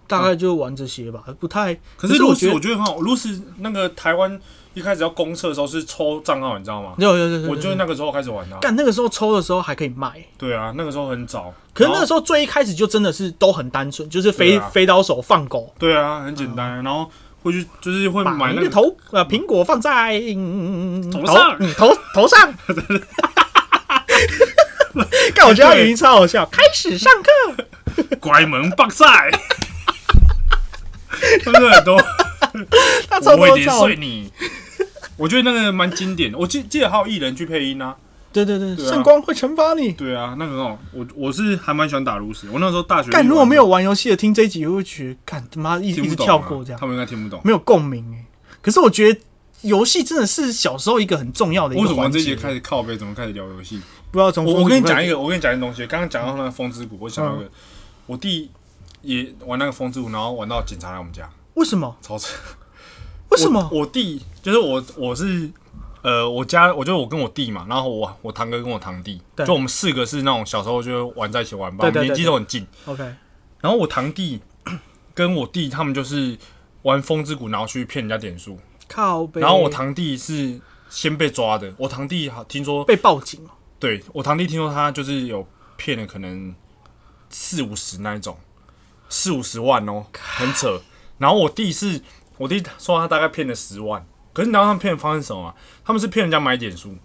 Speaker 2: 大概就玩这些吧，不太
Speaker 1: 哦可
Speaker 2: 可
Speaker 1: 是
Speaker 2: 是我
Speaker 1: 炉石
Speaker 2: 觉得
Speaker 1: 我觉得很好，炉石那个台湾一开始要公测的时候是抽账号，你知道吗？
Speaker 2: 有有有有。
Speaker 1: 我就是那个时候开始玩的啊。
Speaker 2: 干那个时候抽的时候还可以卖，
Speaker 1: 对啊，那个时候很早。
Speaker 2: 可是那个
Speaker 1: 然后
Speaker 2: 时候最一开始就真的是都很单纯，就是
Speaker 1: 对
Speaker 2: 飞、
Speaker 1: 啊
Speaker 2: 飞刀手放狗，
Speaker 1: 对啊，很简单，然后会去就是会
Speaker 2: 嗯把
Speaker 1: 买
Speaker 2: 你
Speaker 1: 那
Speaker 2: 的
Speaker 1: 个
Speaker 2: 头呃苹果放在、嗯、
Speaker 1: 头上
Speaker 2: 嗯头 头上。干，我觉得他语音超好笑。开始上课，
Speaker 1: 拐门棒 赛，是不是很多？
Speaker 2: 他超
Speaker 1: 我
Speaker 2: 多
Speaker 1: 会点
Speaker 2: 笑。
Speaker 1: 碎你。 我觉得那个蛮经典的，我记记得还有艺人去配音啊。
Speaker 2: 对对对，
Speaker 1: 对啊
Speaker 2: 圣光会惩罚你。
Speaker 1: 对啊，那个哦，我我是还蛮喜欢打炉石。我那时候大学
Speaker 2: 干，如果没有玩游戏的听这一集，会觉得干他妈一
Speaker 1: 听
Speaker 2: 一
Speaker 1: 不
Speaker 2: 直
Speaker 1: 懂啊、
Speaker 2: 跳过这样
Speaker 1: 他，们应该听不懂。
Speaker 2: 没有共鸣哎。可是我觉得游戏真的是小时候一个很重要的一
Speaker 1: 为什
Speaker 2: 个
Speaker 1: 么
Speaker 2: 环
Speaker 1: 这一
Speaker 2: 节
Speaker 1: 节。开始靠背？怎么开始聊游戏？
Speaker 2: 不嗯知道从
Speaker 1: 我我跟你讲一
Speaker 2: 个，
Speaker 1: 个，我跟你讲一个东西。刚刚讲到那个风之谷，我想到一个，我弟也玩那个风之谷，然后玩到警察来我们家，
Speaker 2: 为什么？
Speaker 1: 超 扯。
Speaker 2: 为什么？
Speaker 1: 我？我弟就是我，我是呃，我家我就我跟我弟嘛，然后我我堂哥跟我堂弟，
Speaker 2: 对
Speaker 1: 就我们四个是那种小时候就玩在一起玩吧，
Speaker 2: 对
Speaker 1: 我们
Speaker 2: 对
Speaker 1: 年
Speaker 2: 对
Speaker 1: 纪
Speaker 2: 对
Speaker 1: 都很近。
Speaker 2: OK，
Speaker 1: 然后我堂弟 跟我弟他们就是玩风之谷，然后去骗人家点数。
Speaker 2: 靠背。
Speaker 1: 然后我堂弟是先被抓的，我堂弟好听说，
Speaker 2: 被报警哦了，
Speaker 1: 对我堂弟听说他就是有骗了可能四五十那一种，四五十万哦，很扯。然后我弟是我弟说他大概骗了十万，可是你知道他们骗的方式是什么吗？他们是骗人家买点数，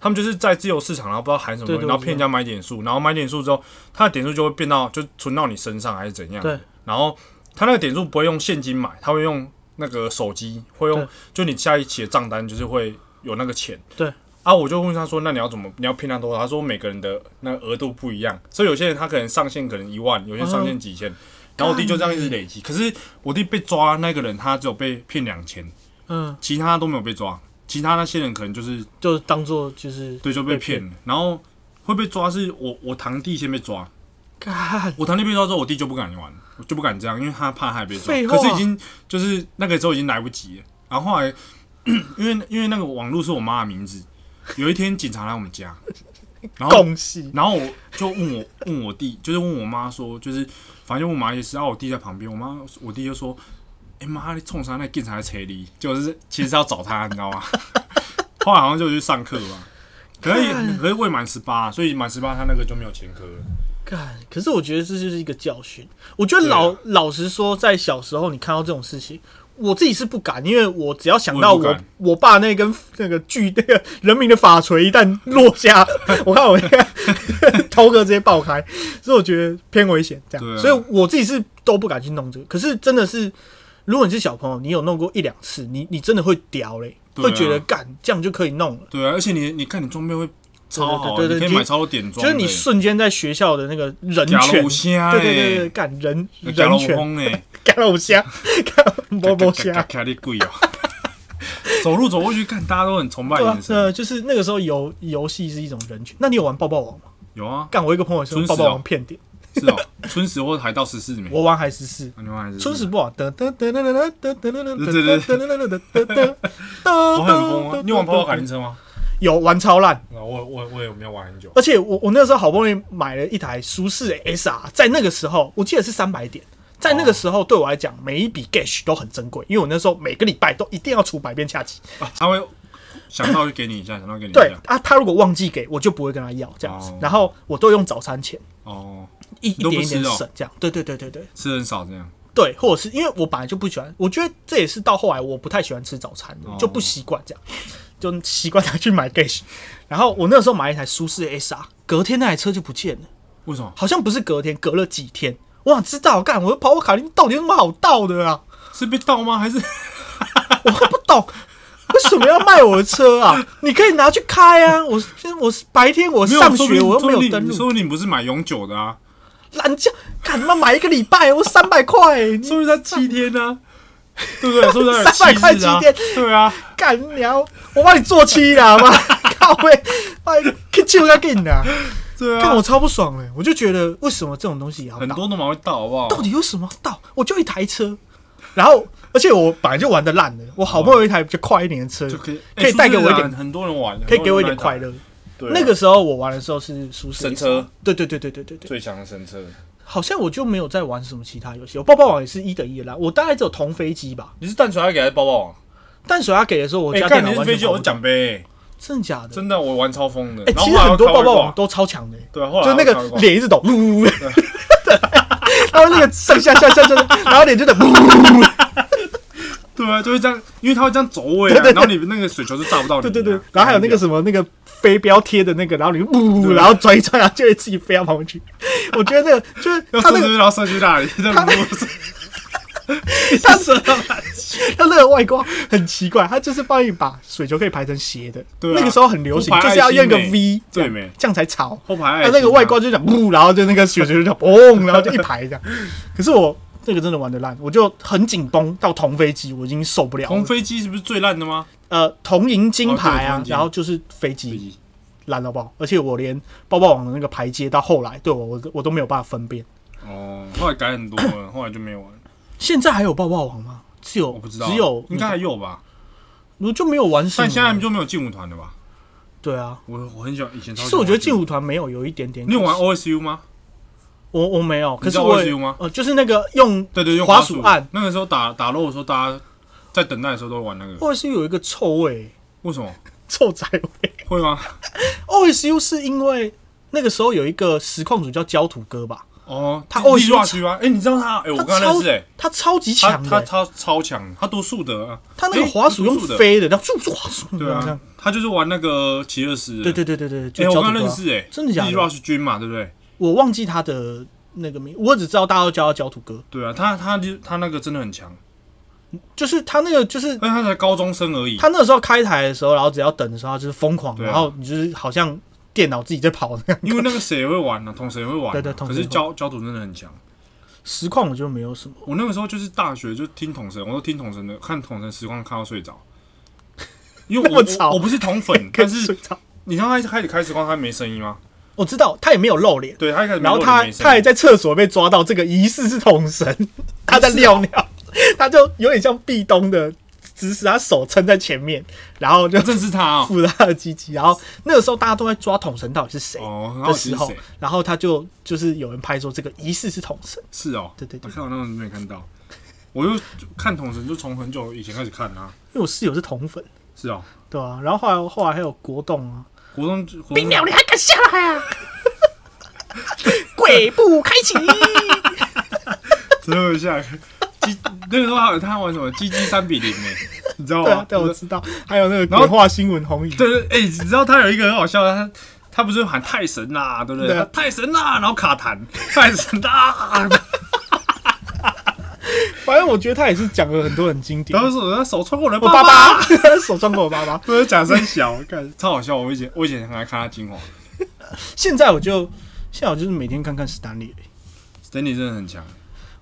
Speaker 1: 他们就是在自由市场，然后不知道含什么东
Speaker 2: 对
Speaker 1: 西，
Speaker 2: 对
Speaker 1: 然
Speaker 2: 我
Speaker 1: 后
Speaker 2: 知道
Speaker 1: 骗人家买点数，然后买点数之后，他的点数就会变到就存到你身上还是怎样的
Speaker 2: 对？
Speaker 1: 然后他那个点数不会用现金买，他会用那个手机，会用
Speaker 2: 对
Speaker 1: 就你下一期的账单就是会有那个钱。
Speaker 2: 对。
Speaker 1: 啊！我就问他说：“那你要怎么？你要骗他多少？”他说：“每个人的那个额度不一样，所以有些人他可能上限可能一万，有些上限几千。然后我弟就这样一直累积。可是我弟被抓那个人，他只有被骗两千，
Speaker 2: 嗯，
Speaker 1: 其他都没有被抓，其他那些人可能就是
Speaker 2: 就当做就是
Speaker 1: 对就被骗了，然后会被抓是我我堂弟先被抓，
Speaker 2: 干，
Speaker 1: 我堂弟被抓之后，我弟就不敢玩，我就不敢这样，因为他怕他也被抓
Speaker 2: 废，话
Speaker 1: 可是已经就是那个时候已经来不及了，然后后来因为因为那个网络是我妈的名字，有一天警察来我们家，然 后
Speaker 2: 恭喜
Speaker 1: 然后我就问我问我弟，就是问我妈说，就是反正就问我妈一些事，然后我弟在旁边，我妈我弟就说：“哎、妈，你冲啥那警察在车里？”就是其实是要找他，你知道 吗？后来好像就去上课吧，可 以
Speaker 2: 看
Speaker 1: 可是未满十八，所以满十八他那个就没有前科了。
Speaker 2: 干！可是我觉得这就是一个教训。我觉得老、
Speaker 1: 对啊
Speaker 2: 老实说，在小时候你看到这种事情，我自己是不敢，因为我只要想到
Speaker 1: 我也
Speaker 2: 我
Speaker 1: 不敢
Speaker 2: 我爸那根那个巨那个人民的法锤一旦 落下，我看我那个头壳直接爆开，所以我觉得偏危险。这样，
Speaker 1: 对啊
Speaker 2: 所以我自己是都不敢去弄这个。可是真的是，如果你是小朋友，你有弄过一两次，你你真的会屌嘞，
Speaker 1: 对啊
Speaker 2: 会觉得干这样就可以弄了。
Speaker 1: 对啊，而且你你看你装备会超好啊，
Speaker 2: 对对对对
Speaker 1: 你可以买超多点装的，
Speaker 2: 就是你瞬间在学校的那个人
Speaker 1: 假
Speaker 2: 权
Speaker 1: 龙，虾
Speaker 2: 对对对对，
Speaker 1: 哎，
Speaker 2: 干人
Speaker 1: 假
Speaker 2: 人
Speaker 1: 龙
Speaker 2: 权，
Speaker 1: 风 哎，
Speaker 2: 干了我虾，干波波
Speaker 1: 嘎嘎
Speaker 2: 虾。
Speaker 1: 嘎你贵哦。 走路走过去看，大家都很崇拜
Speaker 2: 对啊
Speaker 1: 眼，神。
Speaker 2: 呃，就是那个时候游游戏是一种人权。那你有玩抱抱王吗？
Speaker 1: 有啊，
Speaker 2: 干，我一个朋友说
Speaker 1: 春实
Speaker 2: 抱
Speaker 1: 哦
Speaker 2: 抱王骗点，
Speaker 1: 是哦， 春石或海盗十四里面。
Speaker 2: 我玩还十四，
Speaker 1: 啊你们还是
Speaker 2: 春实不玩。噔噔噔噔噔噔噔噔噔
Speaker 1: 对对
Speaker 2: 噔噔噔噔噔
Speaker 1: 我
Speaker 2: 我
Speaker 1: 很疯啊！你有玩泡泡卡丁车吗？
Speaker 2: 有玩超烂，
Speaker 1: 我我我也没有玩很久。
Speaker 2: 而且我我那时候好不容易买了一台舒适 SR，在那个时候我记得是三百点。在那个时候，对我来讲，每一笔 gash 都很珍贵，因为我那时候每个礼拜都一定要出百变恰吉。
Speaker 1: 啊他会想到就给你一下，想到给你一
Speaker 2: 对
Speaker 1: 下。
Speaker 2: 啊，他如果忘记给我，就不会跟他要这样子。
Speaker 1: 哦
Speaker 2: 然后我都用早餐钱
Speaker 1: 哦，
Speaker 2: 一
Speaker 1: 你
Speaker 2: 一
Speaker 1: 都不
Speaker 2: 点一点
Speaker 1: 吃哦
Speaker 2: 省，这样。对对对对对
Speaker 1: 吃很少这样。
Speaker 2: 对，或者是因为我本来就不喜欢，我觉得这也是到后来我不太喜欢吃早餐的，
Speaker 1: 哦
Speaker 2: 就不习惯这样，就习惯他去买 gas。然后我那时候买一台舒适 SR，隔天那台车就不见了，
Speaker 1: 为什么？
Speaker 2: 好像不是隔天，隔了几天。我想知道，干我的跑跑卡丁到底有什么好盗的啊？
Speaker 1: 是被盗吗？还是
Speaker 2: 我不懂。为什么要卖我的车啊？你可以拿去开啊！我我是白天 我
Speaker 1: 没有
Speaker 2: 上
Speaker 1: 说
Speaker 2: 学
Speaker 1: 明
Speaker 2: 我又没有
Speaker 1: 说明
Speaker 2: 登
Speaker 1: 你
Speaker 2: 录，
Speaker 1: 说明你不是买永久的啊？
Speaker 2: 懒觉，干他妈买一个礼拜，我三百块，你
Speaker 1: 说明他七天啊呢，对 不对？说明他有
Speaker 2: 300块
Speaker 1: 七日啊
Speaker 2: 七天？
Speaker 1: 对啊，
Speaker 2: 干你娘！我帮你做七啦，妈， 靠喂，妈，去救他给你啦！
Speaker 1: 对
Speaker 2: 看
Speaker 1: 啊
Speaker 2: 我，超不爽的，我就觉得为什么这种东西也要
Speaker 1: 很
Speaker 2: 盗？
Speaker 1: 多都蛮会盗，好不好？
Speaker 2: 到底有什么盗？我就一台车，然后而且我本来就玩的烂的，我好不容易一台比较快一点的车，
Speaker 1: 就可以
Speaker 2: 可以带给我一
Speaker 1: 哎是不是
Speaker 2: 点
Speaker 1: 啊，很多人玩，
Speaker 2: 可以给我一点
Speaker 1: 很多
Speaker 2: 快
Speaker 1: 人来打。
Speaker 2: 乐。
Speaker 1: 对啊
Speaker 2: 那个时候我玩的时候是舒适
Speaker 1: 神车，
Speaker 2: 对对对对对对对，
Speaker 1: 最强的神车，
Speaker 2: 好像我就没有在玩什么其他游戏，我抱抱网也是一等一的啦，我大概只有同飞机吧。
Speaker 1: 你是淡水还是给他包包？
Speaker 2: 淡水他给的时候，我
Speaker 1: 哎，
Speaker 2: 家电
Speaker 1: 干你是
Speaker 2: 脑完全
Speaker 1: 飞机，
Speaker 2: 跑
Speaker 1: 我
Speaker 2: 不动
Speaker 1: 奖杯，哎
Speaker 2: 真的假的？
Speaker 1: 真的我玩超疯的。
Speaker 2: 哎、
Speaker 1: 然后
Speaker 2: 其实
Speaker 1: 后来
Speaker 2: 很多
Speaker 1: 我
Speaker 2: 抱
Speaker 1: 看
Speaker 2: 抱
Speaker 1: 外
Speaker 2: 网
Speaker 1: 挂
Speaker 2: 都超强的、
Speaker 1: 对，啊后来
Speaker 2: 就那
Speaker 1: 我看外
Speaker 2: 个
Speaker 1: 挂
Speaker 2: 脸一直抖，呜呜呜，然后那个上下下下下，然后脸就在呜呜呜，
Speaker 1: 对啊，就会这样，因为它会这样走位
Speaker 2: 对
Speaker 1: 啊，
Speaker 2: 对对
Speaker 1: 然后你那个水球就炸不到你啊。
Speaker 2: 对对对，然后还有那个什么那个飞镖贴的那个，然后你呜呜呜，
Speaker 1: 对
Speaker 2: 然后转一转，然后就会自己飞到旁边去。我觉得那个就是
Speaker 1: 要
Speaker 2: 他
Speaker 1: 射出
Speaker 2: 那个
Speaker 1: 去，然后射去那里，这样子。
Speaker 2: 他是他那个外挂很奇怪，他就是帮你把水球可以排成斜的，
Speaker 1: 对啊
Speaker 2: 那个时候很流行，
Speaker 1: 不排
Speaker 2: 就
Speaker 1: 爱
Speaker 2: 是要用一个
Speaker 1: 心
Speaker 2: V，这
Speaker 1: 对
Speaker 2: 样
Speaker 1: 没
Speaker 2: 这样才吵。
Speaker 1: 后排爱
Speaker 2: 他
Speaker 1: 心啊
Speaker 2: 那个外挂就讲呜，然后就那个雪球就讲嘣，然后就一排这样。可是我这个真的玩的烂，我就很紧绷到同飞机，我已经受不了了
Speaker 1: 红飞机是不是最烂的吗？
Speaker 2: 呃，同赢金牌
Speaker 1: 哦对
Speaker 2: 啊
Speaker 1: 同，赢
Speaker 2: 然后就是飞机
Speaker 1: 嗯
Speaker 2: 烂到爆，而且我连抱抱网的那个排阶到后来对我我都我都没有办法分辨。
Speaker 1: 哦，后来改很多了，后来就没有玩。
Speaker 2: 现在还有抱抱网吗？只有
Speaker 1: 我不知道，
Speaker 2: 只有嗯
Speaker 1: 应该还有吧？
Speaker 2: 我就没有玩什么。
Speaker 1: 但现在就没有劲舞团了吧？
Speaker 2: 对啊，
Speaker 1: 我我很喜欢以前超
Speaker 2: 其
Speaker 1: 喜欢玩。
Speaker 2: 实我觉得劲舞团没有有一点点。
Speaker 1: 你有玩 OSU 吗？
Speaker 2: 我我没有，可
Speaker 1: 你知道
Speaker 2: 是我
Speaker 1: OSU 吗
Speaker 2: 呃，就是那个用
Speaker 1: 对对，用
Speaker 2: 滑
Speaker 1: 鼠
Speaker 2: 鼠按
Speaker 1: 那个时候打打肉的时候，大家在等待的时候都会玩那个。
Speaker 2: OSU 有一个臭味，
Speaker 1: 为什么
Speaker 2: 臭仔味。
Speaker 1: 会吗？
Speaker 2: OSU 是因为那个时候有一个实况组叫焦土哥吧，
Speaker 1: 哦，
Speaker 2: 他
Speaker 1: 哦
Speaker 2: 哦
Speaker 1: 利落区啊，哎，你知道他？哎，我
Speaker 2: 他
Speaker 1: 刚刚认
Speaker 2: 超
Speaker 1: 识哎，
Speaker 2: 他超级
Speaker 1: 他
Speaker 2: 强的
Speaker 1: 他
Speaker 2: 欸，
Speaker 1: 他超强，他读数的啊，
Speaker 2: 他那个
Speaker 1: 诶
Speaker 2: 滑鼠用
Speaker 1: 读数的，
Speaker 2: 飞的， 然后咻咻滑鼠，
Speaker 1: 对
Speaker 2: 这样
Speaker 1: 啊，他就是玩那个奇尔斯，
Speaker 2: 对对对对对，就
Speaker 1: 哎，我
Speaker 2: 教
Speaker 1: 刚
Speaker 2: 这个
Speaker 1: 认
Speaker 2: 啊
Speaker 1: 识哎，
Speaker 2: 真的假的
Speaker 1: 利落区君嘛，对不对？
Speaker 2: 我忘记他的那个名，我只知道大家都叫他焦土哥，
Speaker 1: 对啊，他他就他那个真的很强，
Speaker 2: 就是他那个就是
Speaker 1: 但他才高中生而已。
Speaker 2: 他那个时候开台的时候，然后只要等的时候，他就是疯狂，
Speaker 1: 对啊
Speaker 2: 然后你就是好像电脑自己在跑那样。
Speaker 1: 因为那个谁也会玩呢、啊， 同谁也会玩啊、
Speaker 2: 对对同
Speaker 1: 可
Speaker 2: 神
Speaker 1: 是
Speaker 2: 会
Speaker 1: 焦焦土真的很强。
Speaker 2: 实况我就没有什么，
Speaker 1: 我那个时候就是大学就听统神，我都听统神的，看统神实况看到睡 着。因为
Speaker 2: 那
Speaker 1: 我
Speaker 2: 么吵
Speaker 1: 我我不是同 粉，但是
Speaker 2: 睡着
Speaker 1: 你知道他一开始开实况他没声音吗？
Speaker 2: 我知道他也没有露脸，
Speaker 1: 对他一开始没
Speaker 2: 然后
Speaker 1: 露
Speaker 2: 他
Speaker 1: 脸没声
Speaker 2: 他还
Speaker 1: 音
Speaker 2: 在厕所被抓到，这个疑似是 桶神，他
Speaker 1: 啊
Speaker 2: 在尿尿，他就有点像壁咚的姿势，他手撑在前面，然后就
Speaker 1: 他正是他哦，
Speaker 2: 扶着他的鸡鸡，然后那个时候大家都在抓桶神到底是谁
Speaker 1: 哦很好
Speaker 2: 的
Speaker 1: 奇
Speaker 2: 时
Speaker 1: 是
Speaker 2: 候
Speaker 1: 谁，
Speaker 2: 然后他就就是有人拍说这个疑似是桶神，
Speaker 1: 是哦，
Speaker 2: 对对对
Speaker 1: 我看我那种没看到， 我就就看统神就从很久以前开始看啊，
Speaker 2: 因为我室友是桶粉，
Speaker 1: 是哦，
Speaker 2: 对啊，然后后来后来还有国栋啊，
Speaker 1: 国中国
Speaker 2: 冰
Speaker 1: 中
Speaker 2: 鸟，你还敢下来啊？ 鬼步开 启，
Speaker 1: 最后一下鸡那个时候还有他玩什么鸡鸡三比零呢、你知道
Speaker 2: 对啊
Speaker 1: 吗？，
Speaker 2: 对，我知道。还有那个
Speaker 1: 然后
Speaker 2: 鬼话新闻红影，
Speaker 1: 对对，哎、你知道他有一个很好笑的，他他不是喊泰神啦、对不对？
Speaker 2: 对啊
Speaker 1: 他泰神啦、然后卡痰，泰神啊 啦、
Speaker 2: 反正我觉得他也是讲了很多很经典
Speaker 1: 然。后说他手穿过我的
Speaker 2: 我
Speaker 1: 爸
Speaker 2: 爸
Speaker 1: 爸，
Speaker 2: 爸 手穿过我爸爸，
Speaker 1: 不是假三小，看超好笑。我以前我以前很爱看他精华
Speaker 2: 现在我就现在我就是每天看看史丹利而已，
Speaker 1: ，Stanley 真的很强，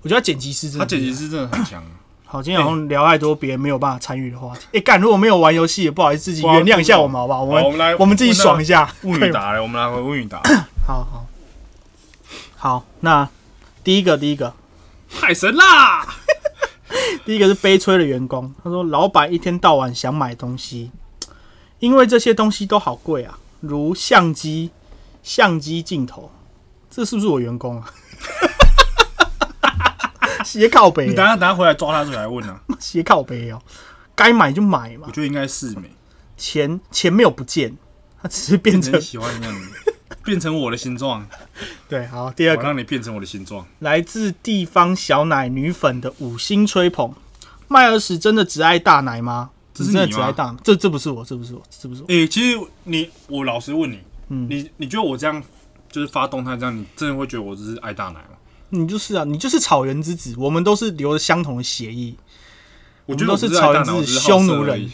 Speaker 2: 我觉得他剪辑师真的
Speaker 1: 他剪
Speaker 2: 厉
Speaker 1: 辑
Speaker 2: 害
Speaker 1: 师真的很强。
Speaker 2: 嗯好，今天好像聊太多别人没有办法参与的 话题。哎，干，如果没有玩游戏，也不好意思，自己
Speaker 1: 哇啊
Speaker 2: 原谅一下我们好不好？我
Speaker 1: 好我们来
Speaker 2: 我们自己爽一下。
Speaker 1: 问
Speaker 2: 可以
Speaker 1: 雨
Speaker 2: 吗
Speaker 1: 达，来我们来回问雨达，
Speaker 2: 哎 好好好，那第一个第一个，
Speaker 1: 泰神啦、
Speaker 2: 第一个是悲催的员工，他说老板一天到晚想买东西，因为这些东西都好贵啊，如相机、相机镜头，这是不是我员工啊？ 斜靠
Speaker 1: 你
Speaker 2: 北、
Speaker 1: 等
Speaker 2: 啊，
Speaker 1: 下等下回来抓他出来问啊，
Speaker 2: 斜靠北哦、该买就买嘛
Speaker 1: 我，觉得应该是美，
Speaker 2: 钱钱没有不见，他只是 变
Speaker 1: 变成
Speaker 2: 成
Speaker 1: 你喜欢的样子，变成我的形 状，
Speaker 2: 对。好，第二
Speaker 1: 我
Speaker 2: 个
Speaker 1: 让你变成我的形状。
Speaker 2: 来自地方小奶女粉的五星吹捧，迈尔史真的只爱大奶吗？
Speaker 1: 这是
Speaker 2: 真的
Speaker 1: 你
Speaker 2: 只
Speaker 1: 吗
Speaker 2: 爱大奶？这这不是我，这不是我，这不是我。
Speaker 1: 诶、其实你，我老实问你，
Speaker 2: 嗯
Speaker 1: 你你觉得我这样就是发动态这样，你真的会觉得我就是爱大奶吗？
Speaker 2: 你就是啊，你就是草原之子，我们都是留着相同的血裔，
Speaker 1: 我
Speaker 2: 我
Speaker 1: 觉得
Speaker 2: 们都
Speaker 1: 我
Speaker 2: 是
Speaker 1: 不爱
Speaker 2: 草
Speaker 1: 大
Speaker 2: 原
Speaker 1: 奶，
Speaker 2: 之
Speaker 1: 我
Speaker 2: 子
Speaker 1: 只是好
Speaker 2: 匈
Speaker 1: 色
Speaker 2: 奴
Speaker 1: 而
Speaker 2: 人
Speaker 1: 已。，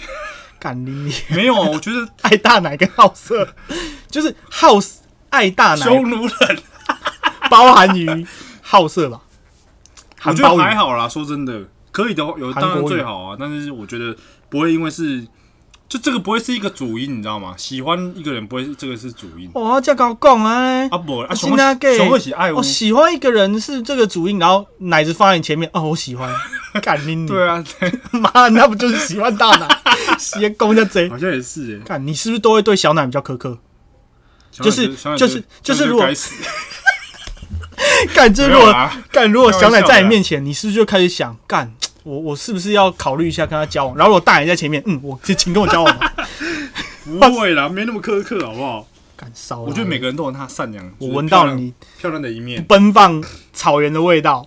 Speaker 2: 干你你
Speaker 1: 没有啊，我觉得
Speaker 2: 爱大奶跟好色， 就是好色爱 大奶，
Speaker 1: 匈奴人，
Speaker 2: 包含于好色吧，
Speaker 1: 我
Speaker 2: 含
Speaker 1: 觉
Speaker 2: 包
Speaker 1: 得还
Speaker 2: 于
Speaker 1: 好啦。说真的，可以的话，有
Speaker 2: 韩国
Speaker 1: 当然
Speaker 2: 语
Speaker 1: 最好啊。但是我觉得不会因为是，就这个不会是一个主因，你知道吗？喜欢一个人不会，这个是主因。
Speaker 2: 哇，这高讲啊
Speaker 1: 啊，不，啊，
Speaker 2: 我
Speaker 1: 熊
Speaker 2: 真的
Speaker 1: 会
Speaker 2: gay
Speaker 1: 熊会喜爱我哦
Speaker 2: 我。哦喜欢一个人是这个主因，然后奶子放在你前面，哦，我喜 欢，干你你
Speaker 1: 对啊，
Speaker 2: 妈，那不就是喜欢大奶， 邪攻下贼？
Speaker 1: 好像也是诶。
Speaker 2: 看你是不是都会对小奶比较苛刻？ 就是
Speaker 1: 小奶
Speaker 2: 就
Speaker 1: 就是小
Speaker 2: 就
Speaker 1: 奶
Speaker 2: 是如果
Speaker 1: 该死
Speaker 2: 干，这
Speaker 1: 没
Speaker 2: 如
Speaker 1: 有
Speaker 2: 果
Speaker 1: 啦，
Speaker 2: 干，如果小奶
Speaker 1: 开
Speaker 2: 在
Speaker 1: 玩笑
Speaker 2: 你
Speaker 1: 的
Speaker 2: 面前，你是不是就开始想干？我我是不是要考虑一下跟他交往？然后我大奶在前面，嗯，我请请跟我交往吧。
Speaker 1: 不会啦，没那么苛刻，好不好？
Speaker 2: 干骚，
Speaker 1: 我觉得每个人都有他善良，就
Speaker 2: 我
Speaker 1: 是
Speaker 2: 闻
Speaker 1: 漂
Speaker 2: 到
Speaker 1: 亮
Speaker 2: 你
Speaker 1: 漂亮的一面。
Speaker 2: 奔放草原的味道，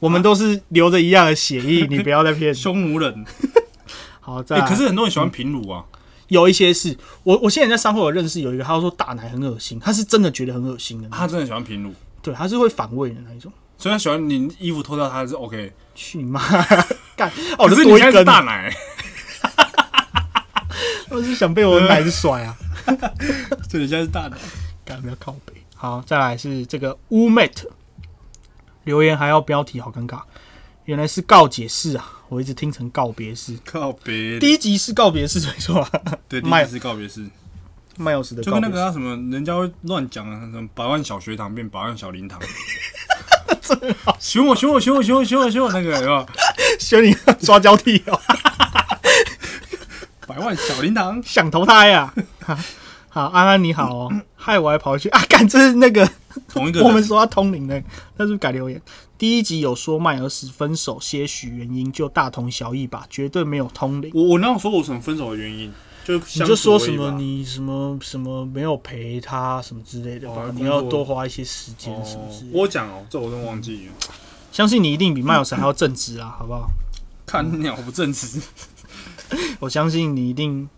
Speaker 2: 我们都是流着一样的血 液，你不要再骗。
Speaker 1: 匈奴人，
Speaker 2: 好，再
Speaker 1: 哎、
Speaker 2: 来
Speaker 1: 可是很多人喜欢平乳啊，
Speaker 2: 有一些是我我现在在商会有认识有一个，他说大奶很恶心，他是真的觉得很恶心的那种，
Speaker 1: 他真的喜欢平乳，
Speaker 2: 对，他是会反胃的那一种。
Speaker 1: 所以他喜欢你衣服脱掉他是 OK，
Speaker 2: 去你妈！ 干，哦，我
Speaker 1: 可
Speaker 2: 就是
Speaker 1: 你
Speaker 2: 多一
Speaker 1: 现在是
Speaker 2: 根，
Speaker 1: 大 奶，
Speaker 2: 我是想被我奶子甩 啊！
Speaker 1: 对，你现在是大奶，
Speaker 2: 干不要靠背。好，再来是这个乌 mate 留言还要标题，好尴尬。原来是告解式啊，我一直听成告别式。
Speaker 1: 告别，
Speaker 2: 第一集是告别式，没错啊。
Speaker 1: 对，第
Speaker 2: 麦
Speaker 1: 一次告别式，
Speaker 2: 麦老师的
Speaker 1: 就
Speaker 2: 告
Speaker 1: 跟
Speaker 2: 别
Speaker 1: 那个
Speaker 2: 式，
Speaker 1: 啊什么，人家会乱讲啊，什么百万小学堂变百万小灵 堂，真好，选我选我选我选我选我选我那个有没有
Speaker 2: 修你抓交替哦，
Speaker 1: 百万小灵堂，
Speaker 2: 想投胎啊。 好，安安你好哦，害我还跑去啊！干，这是那个
Speaker 1: 同一个人
Speaker 2: 我们说他通灵的，那是不是改留言。第一集有说麦尔史分手些许原因，就大同小异吧，绝对没有通灵。
Speaker 1: 我我那时候我什么分手的原因，就
Speaker 2: 你
Speaker 1: 相
Speaker 2: 就
Speaker 1: 处
Speaker 2: 说
Speaker 1: 而
Speaker 2: 什
Speaker 1: 已
Speaker 2: 么
Speaker 1: 吧
Speaker 2: 你什么什么没有陪他什么之类的吧，
Speaker 1: 哦
Speaker 2: 你要
Speaker 1: 工作
Speaker 2: 多花一些时间什么
Speaker 1: 哦
Speaker 2: 之，类的。
Speaker 1: 我讲哦，这我真忘
Speaker 2: 嗯
Speaker 1: 记了。
Speaker 2: 相信你一定比麦尔神还要正直啊，好 不好？
Speaker 1: 看鸟不正直，
Speaker 2: 我相信你一定，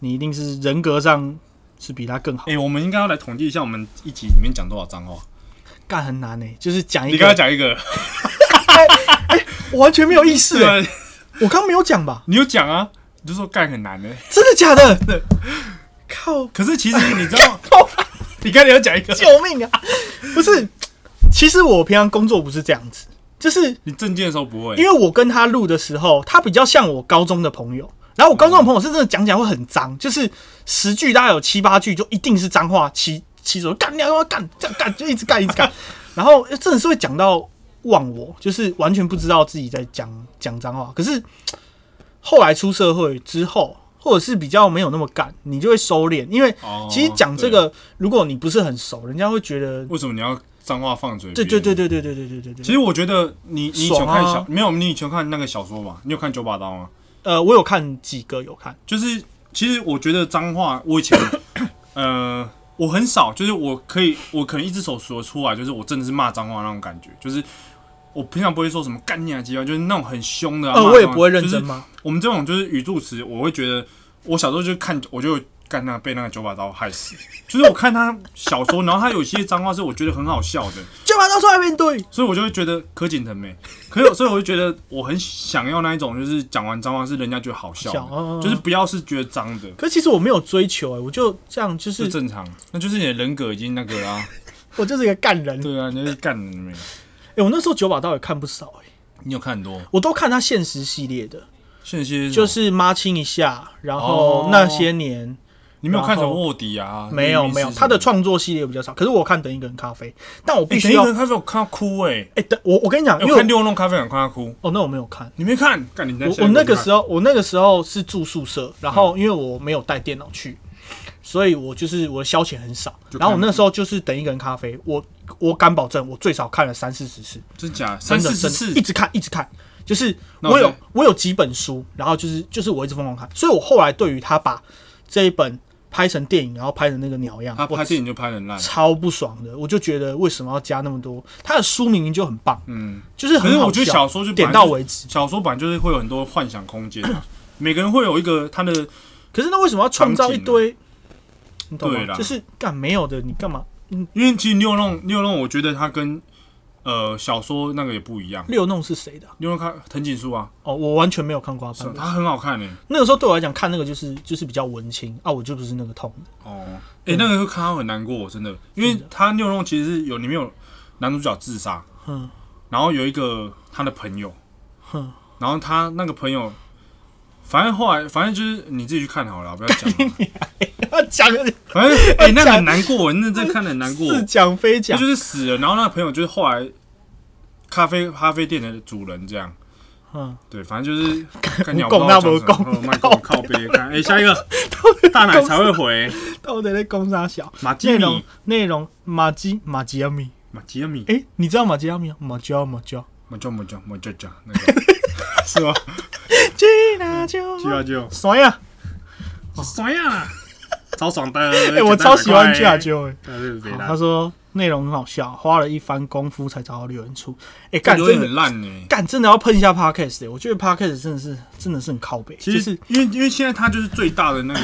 Speaker 2: 你一定是人格上是比他 更好。
Speaker 1: 哎、我们应该要来统计一下我们一集里面讲多少脏话。
Speaker 2: 干很难呢、欸就是讲一
Speaker 1: 你刚才
Speaker 2: 个
Speaker 1: 讲一个，
Speaker 2: 我完全没有意识、欸，
Speaker 1: 啊，
Speaker 2: 我刚没有讲吧？
Speaker 1: 你有讲啊，你就说干很难的、
Speaker 2: 真的 假的？靠！
Speaker 1: 可是其实你知 道， 你刚才有讲一个，
Speaker 2: 救命啊！ 不是，其实我平常工作不是这样子，就是
Speaker 1: 你证件的时候不会，
Speaker 2: 因为我跟他录的时候，他比较像我高中的朋友。然后我高中的朋友是真的讲讲会很脏，就是十句大概有七八句就一定是脏话，七七种干掉干这样干就一直干一直干，然后真的是会讲到忘我，就是完全不知道自己在讲讲脏话。可是后来出社会之后，或者是比较没有那么干，你就会收敛，因为
Speaker 1: 哦
Speaker 2: 其实讲这
Speaker 1: 对
Speaker 2: 个，如果你不是很熟，人家会觉得
Speaker 1: 为什么你要脏话放嘴？
Speaker 2: 对对对。对对对对对对
Speaker 1: 其
Speaker 2: 对。
Speaker 1: 实我觉得你你以前
Speaker 2: 爽啊
Speaker 1: 看小、没有，你以前看那个小说吧？你有看《九把刀》吗？
Speaker 2: 呃，我有看几个有看，
Speaker 1: 就是其实我觉得脏话，我以 前呃我很少，就是我可以我可能一只手数得出来，就是我真的是骂脏话那种感觉，就是。我平常不会说什么干你啊鸡啊，就是那种很凶的、啊。
Speaker 2: 呃，
Speaker 1: 骂
Speaker 2: 我也
Speaker 1: 脏话
Speaker 2: 不会认
Speaker 1: 就是
Speaker 2: 真吗？
Speaker 1: 我们这种就是语助词，我会觉得，我小时候就看，我就干那被那个九把刀害死。 就是我看他小说，然后他有些脏话是我觉得很好笑的，
Speaker 2: 就把刀出来面对。
Speaker 1: 所以我就会觉得柯景腾没。可 是，所以我就觉得我很想要那一种，就是讲完脏话是人家觉得好笑的
Speaker 2: 笑嗯嗯嗯
Speaker 1: 就是不要是觉得脏的，
Speaker 2: 可是其实我没有追求哎、我就这样，就是是
Speaker 1: 正常。那就是你的人格已经那个啦、
Speaker 2: 我就是一个干人。
Speaker 1: 对啊，你就是干了没？
Speaker 2: 哎、我那时候九把刀也看不少哎、
Speaker 1: 你有看很多，
Speaker 2: 我都看他现实系列
Speaker 1: 哦
Speaker 2: 的，
Speaker 1: 现些
Speaker 2: 就是妈亲一下，然
Speaker 1: 哦
Speaker 2: 后那些年、
Speaker 1: 你没有看什么
Speaker 2: 然后
Speaker 1: 卧底啊？
Speaker 2: 没有没有，他的
Speaker 1: 创，
Speaker 2: 创作系列比较少。可是我看《等一个人咖啡》，但我必
Speaker 1: 哎、等
Speaker 2: 须
Speaker 1: 一
Speaker 2: 要
Speaker 1: 个
Speaker 2: 哎、
Speaker 1: 人开始我看到哭哎、欸
Speaker 2: 等我我跟你讲，因为
Speaker 1: 我
Speaker 2: 我
Speaker 1: 看六弄咖啡馆看他哭。
Speaker 2: 哦，那我没有看。
Speaker 1: 你没看？嗯干你
Speaker 2: 我我那个时
Speaker 1: 候
Speaker 2: 候，我那个时候是住宿舍，然后因为我没有带电脑去，所以我就是我的消遣很少。
Speaker 1: 就看
Speaker 2: 然后我那时候就是等一个人咖啡，我我敢保证，我最少看了三四十次，
Speaker 1: 真假三
Speaker 2: 真的
Speaker 1: 四十
Speaker 2: 真
Speaker 1: 次
Speaker 2: 的一，直看一直看。就是
Speaker 1: 那我
Speaker 2: 我有
Speaker 1: 现在
Speaker 2: 我有几本书，然后就是就是我一直疯狂看，所以我后来对于他把这一本拍成电影，然后拍成那个鸟样，
Speaker 1: 他
Speaker 2: 我
Speaker 1: 拍电影就拍得很烂。
Speaker 2: 超不爽的。我就觉得为什么要加那么多？他的书明明就很棒，
Speaker 1: 嗯，
Speaker 2: 就是
Speaker 1: 可是
Speaker 2: 很
Speaker 1: 我
Speaker 2: 好
Speaker 1: 觉得
Speaker 2: 笑
Speaker 1: 小说就本
Speaker 2: 点
Speaker 1: 来
Speaker 2: 到
Speaker 1: 就
Speaker 2: 为止。
Speaker 1: 小说版就是会有很多幻想空间啊，每个人会有一个他的
Speaker 2: 可是那为什么要创造一堆？你懂
Speaker 1: 对啦
Speaker 2: 吗？就是干没有的，你干嘛
Speaker 1: 因为其实六弄六弄，我觉得他跟呃小说那个也不一样。
Speaker 2: 六弄是谁的啊、
Speaker 1: 六弄看藤井树啊，
Speaker 2: 哦，我完全没有看过他
Speaker 1: 是啊
Speaker 2: 版本。
Speaker 1: 他很好看欸诶。
Speaker 2: 那个时候对我来讲，看那个就是就是比较文青啊，我就不是那个痛的。
Speaker 1: 哦，诶，那个会看他很难过，真的，因为他六弄其实是有里面有男主角自杀，
Speaker 2: 嗯，
Speaker 1: 然后有一个他的朋友，
Speaker 2: 哼，
Speaker 1: 然后他那个朋友，反正后来反正就是你自己去看好了，不要讲了。
Speaker 2: 讲
Speaker 1: 反正哎、那个很难过，那 真的看得很难过。
Speaker 2: 是讲非
Speaker 1: 他
Speaker 2: 讲
Speaker 1: 就，是死了，然后那个朋友就是后来咖啡咖啡店的主人这样。
Speaker 2: 嗯，
Speaker 1: 对，反正就是看鸟
Speaker 2: 供
Speaker 1: 到
Speaker 2: 那不供
Speaker 1: 卖供靠背看。哎、下一 个大奶才会回
Speaker 2: 到底在攻啥小？
Speaker 1: 马基
Speaker 2: 内
Speaker 1: 米
Speaker 2: 容内容马基马吉亚米，
Speaker 1: 马基米
Speaker 2: 哎、你知道马吉亚米吗？马吉亚马吉亚，
Speaker 1: 马叫马叫马叫叫那 个是 吗？
Speaker 2: 吉那就
Speaker 1: 就要就
Speaker 2: 爽呀！
Speaker 1: 爽呀，超爽的。
Speaker 2: 哦哎、
Speaker 1: 哎
Speaker 2: 我超喜欢吉亚就哎。
Speaker 1: 对
Speaker 2: 好他说内容很好笑，花了一番功夫才找到留言处。哎、
Speaker 1: 感
Speaker 2: 干
Speaker 1: 觉
Speaker 2: 真的
Speaker 1: 很烂呢。
Speaker 2: 干真的要喷一下 podcast，、欸、我觉得 podcast 真的是真的是很靠北，
Speaker 1: 其
Speaker 2: 就
Speaker 1: 实
Speaker 2: 是
Speaker 1: 因为因为现在他就是最大的那个，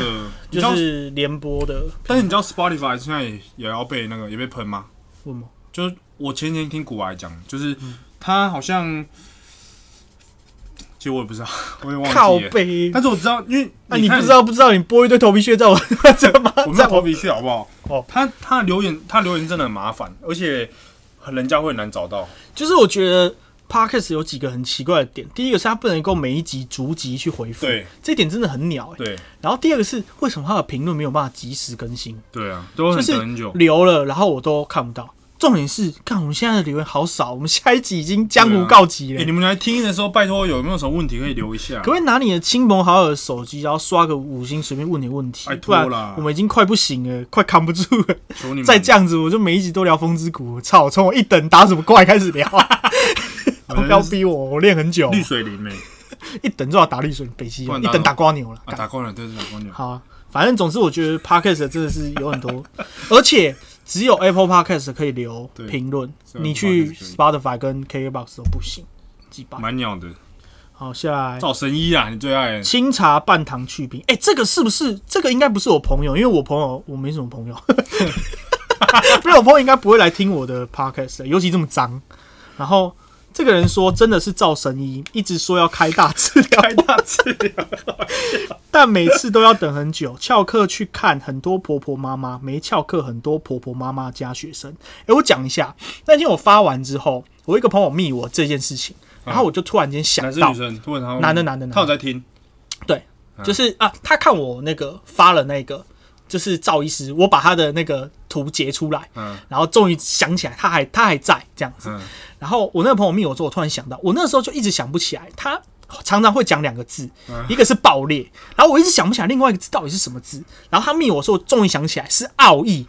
Speaker 1: 你知道
Speaker 2: 就，是联播的，
Speaker 1: 但是你知道 Spotify 现在也也要被那个也被喷吗？
Speaker 2: 问吗？
Speaker 1: 就是我前天听古来讲，就是他好像，其实我也不知道， 我也忘
Speaker 2: 靠
Speaker 1: 记了。
Speaker 2: 北，
Speaker 1: 但是我知道，因为
Speaker 2: 那、你
Speaker 1: 看
Speaker 2: 不知，道不知道，你播一堆头皮屑在我 在吗？
Speaker 1: 我没
Speaker 2: 在
Speaker 1: 有头
Speaker 2: 我
Speaker 1: 皮屑，好不好？
Speaker 2: 哦
Speaker 1: 他他留言，他留言真的很麻烦，而且人家会很难找到。
Speaker 2: 就是我觉得 podcast 有几个很奇怪的点，第一个是它不能够每一集逐集去回复，
Speaker 1: 对
Speaker 2: 这一点真的很鸟、欸。
Speaker 1: 对
Speaker 2: 然后第二个是为什么它的评论没有办法及时更新？
Speaker 1: 对啊，都很
Speaker 2: 就是
Speaker 1: 等很久。
Speaker 2: 留了，然后我都看不到。重点是，看我们现在的留言好少，我们下一集已经江
Speaker 1: 对
Speaker 2: 湖
Speaker 1: 啊
Speaker 2: 告急
Speaker 1: 哎、
Speaker 2: 了。欸
Speaker 1: 你们来听的时候，拜托有没有什么问题可以留一下？
Speaker 2: 可不可以拿你的亲朋好友的手机，然后刷个五星，随便问点问题
Speaker 1: 拜？
Speaker 2: 不
Speaker 1: 托啦
Speaker 2: 然我们已经快不行了，快扛不住了。
Speaker 1: 求你们
Speaker 2: 再这样子，我就每一集都聊风之谷。操，从我一等打什么怪开始聊啊！
Speaker 1: 我
Speaker 2: 不
Speaker 1: 真
Speaker 2: 要
Speaker 1: 是
Speaker 2: 逼我，我练很久。
Speaker 1: 绿水灵妹，
Speaker 2: 一等就要打绿水北西
Speaker 1: 不
Speaker 2: 哦，
Speaker 1: 然
Speaker 2: 一
Speaker 1: 打
Speaker 2: 等打瓜牛了。
Speaker 1: 啊，
Speaker 2: 干
Speaker 1: 打光了，对对，打光了。
Speaker 2: 好啊，反正总之我觉得 podcast 真的是有很多，而且只有 Apple podcast 可以留
Speaker 1: 对
Speaker 2: 评论，
Speaker 1: 只有
Speaker 2: 你
Speaker 1: Apple
Speaker 2: 去
Speaker 1: Podcast
Speaker 2: Spotify 跟 KKBox 都不行，鸡巴。
Speaker 1: 蛮鸟的，
Speaker 2: 好，下来
Speaker 1: 赵神医啊，你最 爱的
Speaker 2: 清茶半糖去冰，哎、这个是不是这个应该不是我朋友，因为我朋友我没什么 朋友，不然我朋友应该不会来听我的 podcast，的尤其这么脏。然后这个人说真的是赵神医，一直说要开大治疗，
Speaker 1: 开大治疗，
Speaker 2: 但每次都要等很久。 翘课去看很多婆婆妈妈，没翘课很多婆婆妈妈加学生。诶，我讲一下，那天我发完之后，我一个朋友密我这件事情，然后我就突然间想
Speaker 1: 嗯男生嗯
Speaker 2: 到
Speaker 1: 女，生？问他
Speaker 2: 男的男的男的
Speaker 1: 他有在听，
Speaker 2: 就是啊，他看我那个发了那个，就是赵医师，我把他的那个图截出来，
Speaker 1: 嗯
Speaker 2: 然后终于想起来，他还他还在这样子。
Speaker 1: 嗯，
Speaker 2: 然后我那个朋友密我之后，我突然想到，我那时候就一直想不起来，他常常会讲两个字，
Speaker 1: 嗯
Speaker 2: 一个是爆裂，然后我一直想不起来另外一个字到底是什么字。然后他密我说，我终于想起来是 奥义，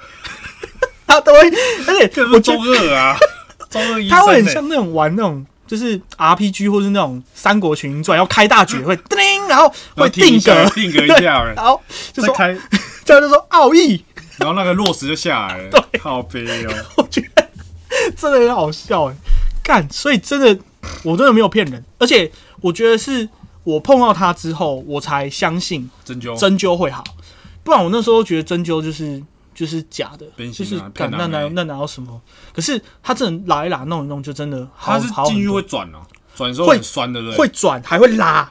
Speaker 2: 他都会，而且
Speaker 1: 这不
Speaker 2: 我
Speaker 1: 是
Speaker 2: 觉
Speaker 1: 中
Speaker 2: 得
Speaker 1: 二啊， 中二医生欸，
Speaker 2: 他会很像那种玩那种。就是 RPG 或是那种《三国群英传》要开大局会叮，然后
Speaker 1: 然
Speaker 2: 会
Speaker 1: 后听
Speaker 2: 定
Speaker 1: 一下
Speaker 2: 格，
Speaker 1: 定 格一下欸，
Speaker 2: 然后就
Speaker 1: 再
Speaker 2: 说
Speaker 1: 开，
Speaker 2: 这就说奥义，
Speaker 1: 然后那个落石就下 来了，靠背哦，
Speaker 2: 我觉得真的很好笑哎，干，所以真的我真的没有骗人，而且我觉得是我碰到他之后，我才相信
Speaker 1: 针灸，
Speaker 2: 针灸会好，不然我那时候觉得针灸就是就是假的，
Speaker 1: 变
Speaker 2: 就
Speaker 1: 形啊
Speaker 2: 是
Speaker 1: 骗
Speaker 2: 干
Speaker 1: 人
Speaker 2: 那哪
Speaker 1: 的
Speaker 2: 有那哪有什么？可是他真的拉一拉弄一弄，就真的好
Speaker 1: 他是
Speaker 2: 好
Speaker 1: 进
Speaker 2: 很
Speaker 1: 去
Speaker 2: 多
Speaker 1: 会转哦，转的时候
Speaker 2: 会
Speaker 1: 很酸，对不对？
Speaker 2: 会转还会拉，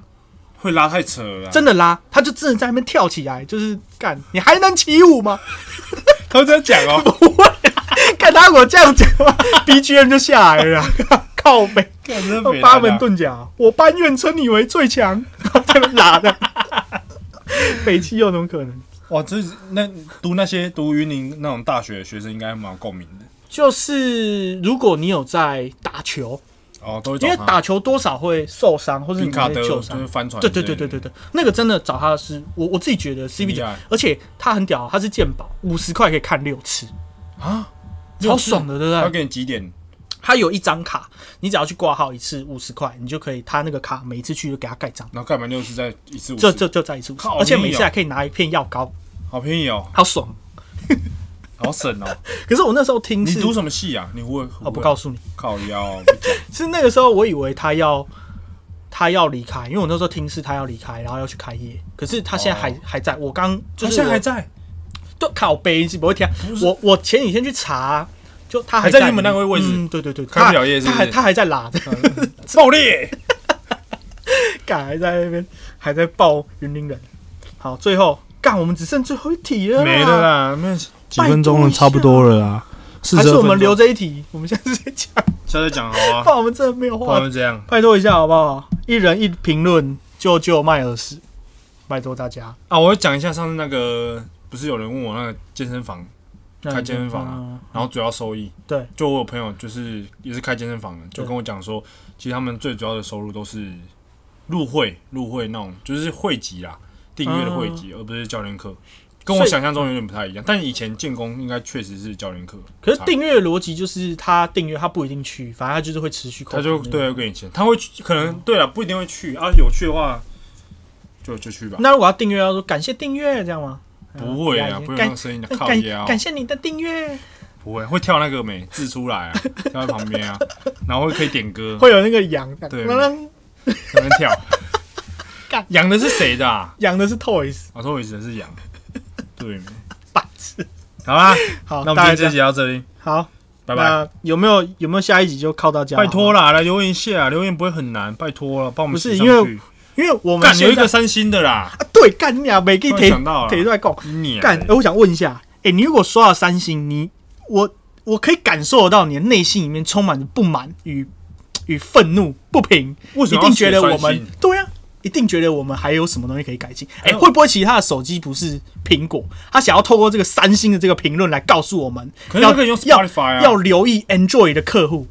Speaker 1: 会拉太扯了啦，啊
Speaker 2: 真的拉，他就真的在那边跳起来，就是干，你还能起舞吗？
Speaker 1: 他会这样讲哦，
Speaker 2: 看他如果这样讲的话，BGM 就下来了啊， 靠北。
Speaker 1: 干真的北
Speaker 2: 八
Speaker 1: 兰啊
Speaker 2: 门遁甲，我甘愿称你为最强， 这个拉的。 北七有什么可能？
Speaker 1: 哇，这是那读那些读云林那种大学的学生应该蛮有共鸣的
Speaker 2: 就是如果你有在打球，
Speaker 1: 哦，都会找
Speaker 2: 因为
Speaker 1: 他
Speaker 2: 打球多少会受伤，或是
Speaker 1: 平
Speaker 2: 你
Speaker 1: 卡
Speaker 2: 会
Speaker 1: 德
Speaker 2: 旧
Speaker 1: 就是
Speaker 2: 伤。
Speaker 1: 帆船之
Speaker 2: 对
Speaker 1: 类的，
Speaker 2: 对对对对对，那个真的找他是我我自己觉得 CP
Speaker 1: 厉
Speaker 2: 值
Speaker 1: 害，
Speaker 2: 而且他很屌，他是鉴宝，五十块可以看六次，
Speaker 1: 啊，
Speaker 2: 超爽的，对不
Speaker 1: 他
Speaker 2: 对？
Speaker 1: 给你几点？
Speaker 2: 他有一张卡，你只要去挂号一次五十块，你就可以，他那个卡每一次去就给他盖章，
Speaker 1: 然后盖满六次再一次五
Speaker 2: 这
Speaker 1: 次，
Speaker 2: 这就再一次五十，
Speaker 1: 靠
Speaker 2: 而且
Speaker 1: 你
Speaker 2: 每次
Speaker 1: 哦
Speaker 2: 还可以拿一片药膏，
Speaker 1: 好便宜哦，
Speaker 2: 好爽。
Speaker 1: 好省哦。
Speaker 2: 可是我那时候听
Speaker 1: 你
Speaker 2: 是
Speaker 1: 读什么系啊？你会
Speaker 2: 哦，不告诉你，
Speaker 1: 靠腰 哦，不讲
Speaker 2: 是那个时候我以为他要他要离开，因为我那时候听是他要离开，然后要去开业，可是他现在还、
Speaker 1: 哦
Speaker 2: 还在，我刚就
Speaker 1: 他
Speaker 2: 是
Speaker 1: 现在还
Speaker 2: 我
Speaker 1: 在，
Speaker 2: 对靠背是不会听啊
Speaker 1: 不，是
Speaker 2: 我我前几天去查，就他
Speaker 1: 还在
Speaker 2: 在
Speaker 1: 你们那个位置
Speaker 2: 嗯对对对，
Speaker 1: 开
Speaker 2: 他
Speaker 1: 不了业是嗯
Speaker 2: 他
Speaker 1: 不
Speaker 2: 还
Speaker 1: 是
Speaker 2: 他还在拉着，
Speaker 1: 爆裂。
Speaker 2: 敢还在那边还在抱云林人，好，最后干我们只剩最后一题了，
Speaker 1: 没了，啦，没有几
Speaker 2: 分钟了差不多
Speaker 1: 了啦。
Speaker 2: 还是我们留这一题，我们下次再讲，
Speaker 1: 下次讲好
Speaker 2: 不
Speaker 1: 啊，
Speaker 2: 然我们真的没有
Speaker 1: 不
Speaker 2: 话
Speaker 1: 然就这样
Speaker 2: 拜托一下好不好？一人一评论，救救迈尔斯，拜托大家。
Speaker 1: 啊。我要讲一下上次那个，不是有人问我那个健身房，
Speaker 2: 那
Speaker 1: 开健身房啊
Speaker 2: 啊，
Speaker 1: 然后主要收益，
Speaker 2: 对，
Speaker 1: 就我有朋友就是也是开健身房的，就
Speaker 2: 对
Speaker 1: 跟我讲说，其实他们最主要的收入都是入会入会那种，就是会籍啦，订阅的会籍，而不是教练课。跟我
Speaker 2: 所以
Speaker 1: 想象中有点不太一样，但以前建工应该确实是教练课，
Speaker 2: 可是订阅的逻辑就是他订阅他不一定去，反正他就是会持续扣
Speaker 1: 他
Speaker 2: 款那
Speaker 1: 就
Speaker 2: 种。
Speaker 1: 对会给你钱，他会去，可
Speaker 2: 嗯
Speaker 1: 能对了不一定会去啊，有去的话就就去吧，
Speaker 2: 那如果要订阅，要说感谢订阅这样吗？
Speaker 1: 不会啊，
Speaker 2: 嗯
Speaker 1: 不会有那
Speaker 2: 感
Speaker 1: 种声音的靠
Speaker 2: 感
Speaker 1: 腰，
Speaker 2: 感谢你的订阅，
Speaker 1: 不会会跳那个美字出来啊，跳在旁边啊，然后会可以点歌，
Speaker 2: 会有那个羊，
Speaker 1: 对
Speaker 2: 啷啷
Speaker 1: 可能跳
Speaker 2: 干。
Speaker 1: 养的是谁的啊？
Speaker 2: 羊的是 Toys
Speaker 1: 我说我指的是羊。对，
Speaker 2: 白痴。
Speaker 1: 好啦，
Speaker 2: 好，
Speaker 1: 那我
Speaker 2: 大
Speaker 1: 们今天
Speaker 2: 概
Speaker 1: 这
Speaker 2: 这
Speaker 1: 集
Speaker 2: 样。
Speaker 1: 到这里，
Speaker 2: 好，
Speaker 1: 拜拜。
Speaker 2: 那有没有有没有下一集就靠大家？
Speaker 1: 拜托，啦，来留言一下，留言不会很难，拜托了，帮我们
Speaker 2: 不是
Speaker 1: 写上
Speaker 2: 因为
Speaker 1: 去
Speaker 2: 因为我们
Speaker 1: 干有一
Speaker 2: 现在
Speaker 1: 个三星的啦，
Speaker 2: 啊对干你啊，没给
Speaker 1: 突
Speaker 2: 提
Speaker 1: 然想到
Speaker 2: 提出
Speaker 1: 了，
Speaker 2: 来讲。
Speaker 1: 你
Speaker 2: 干、欸，我想问一下，哎、你如果刷了三星，你我我可以感受得到你的内心里面充满着不满与与愤怒、不平，
Speaker 1: 为什
Speaker 2: 一
Speaker 1: 么要
Speaker 2: 定觉得
Speaker 1: 写
Speaker 2: 我
Speaker 1: 三
Speaker 2: 们
Speaker 1: 星嗯
Speaker 2: 对啊，一定觉得我们还有什么东西可以改进。哎、
Speaker 1: 还有
Speaker 2: 会不会其实他的手机不是苹果，他想要透过这个三星的这个评论来告诉我们，
Speaker 1: 可是
Speaker 2: 要
Speaker 1: 他可以用
Speaker 2: 要
Speaker 1: Spotify 啊。
Speaker 2: 要留意 Android 的客户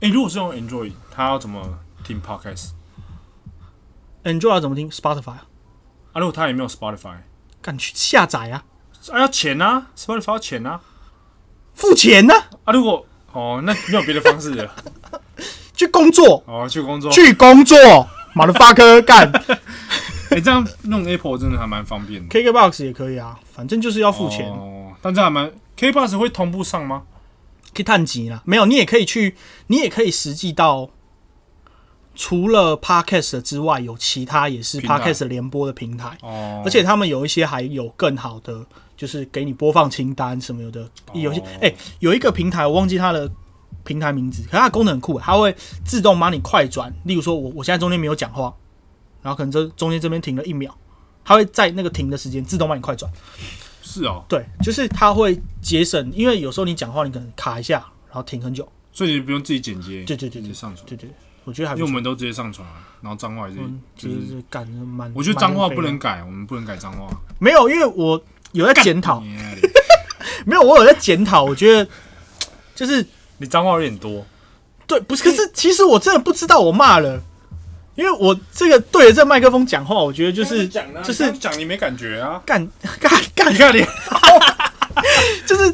Speaker 1: 哎，如果是用 Android，他要怎么听 Podcast？
Speaker 2: ，Android 要怎么听 Spotify 啊？
Speaker 1: 啊，如果他也没有 Spotify，
Speaker 2: 敢去下载啊，
Speaker 1: 啊要钱啊，Spotify 要钱啊。
Speaker 2: 付钱呢、啊，
Speaker 1: 啊，如果哦，那没有别的方式了，
Speaker 2: 去工作，
Speaker 1: 哦，去工作，
Speaker 2: 去工作， 马的发科干
Speaker 1: 哎、这样弄 Apple 真的还蛮方便的，
Speaker 2: ，KKBOX 也可以啊，反正就是要付钱，
Speaker 1: 哦、但这还蛮 K b o s 会同步上吗？
Speaker 2: 可以探集啦。没有，你也可以去，你也可以实际到。除了 Podcast 之外，有其他也是
Speaker 1: 平台
Speaker 2: Podcast 联播的平台，
Speaker 1: 哦，
Speaker 2: 而且他们有一些还有更好的，就是给你播放清单什么的。有些
Speaker 1: 哦
Speaker 2: 哎、有一个平台我忘记它的平台名字，可是它的功能很酷，它会自动帮你快转。例如说我我现在中间没有讲话，然后可能这中间这边停了一秒，它会在那个停的时间自动帮你快转。
Speaker 1: 是哦，
Speaker 2: 对，就是它会节省，因为有时候你讲话你可能卡一下，然后停很久。
Speaker 1: 所以你不用自己剪接，
Speaker 2: 对对
Speaker 1: 直
Speaker 2: 对
Speaker 1: 接
Speaker 2: 对
Speaker 1: 上传，
Speaker 2: 对对，我觉得还
Speaker 1: 因
Speaker 2: 不
Speaker 1: 为我
Speaker 2: 错。
Speaker 1: 们都直接上传了，然后脏话也是，
Speaker 2: 嗯，
Speaker 1: 就
Speaker 2: 就是是感觉蛮，
Speaker 1: 我觉得
Speaker 2: 蛮
Speaker 1: 脏话
Speaker 2: 浪费
Speaker 1: 不能
Speaker 2: 的
Speaker 1: 改，我们不能改脏话。
Speaker 2: 没有，因为我有在检讨，
Speaker 1: 你那里
Speaker 2: 没有，我有在检讨，我觉得就是
Speaker 1: 你脏话有点多，
Speaker 2: 对，不是，可是其实我真的不知道我骂了，因为我这个对着这麦克风讲话，我觉得就是
Speaker 1: 讲啊，
Speaker 2: 就是
Speaker 1: 你讲你没感觉啊。
Speaker 2: 干 干干
Speaker 1: 你看你，
Speaker 2: 就是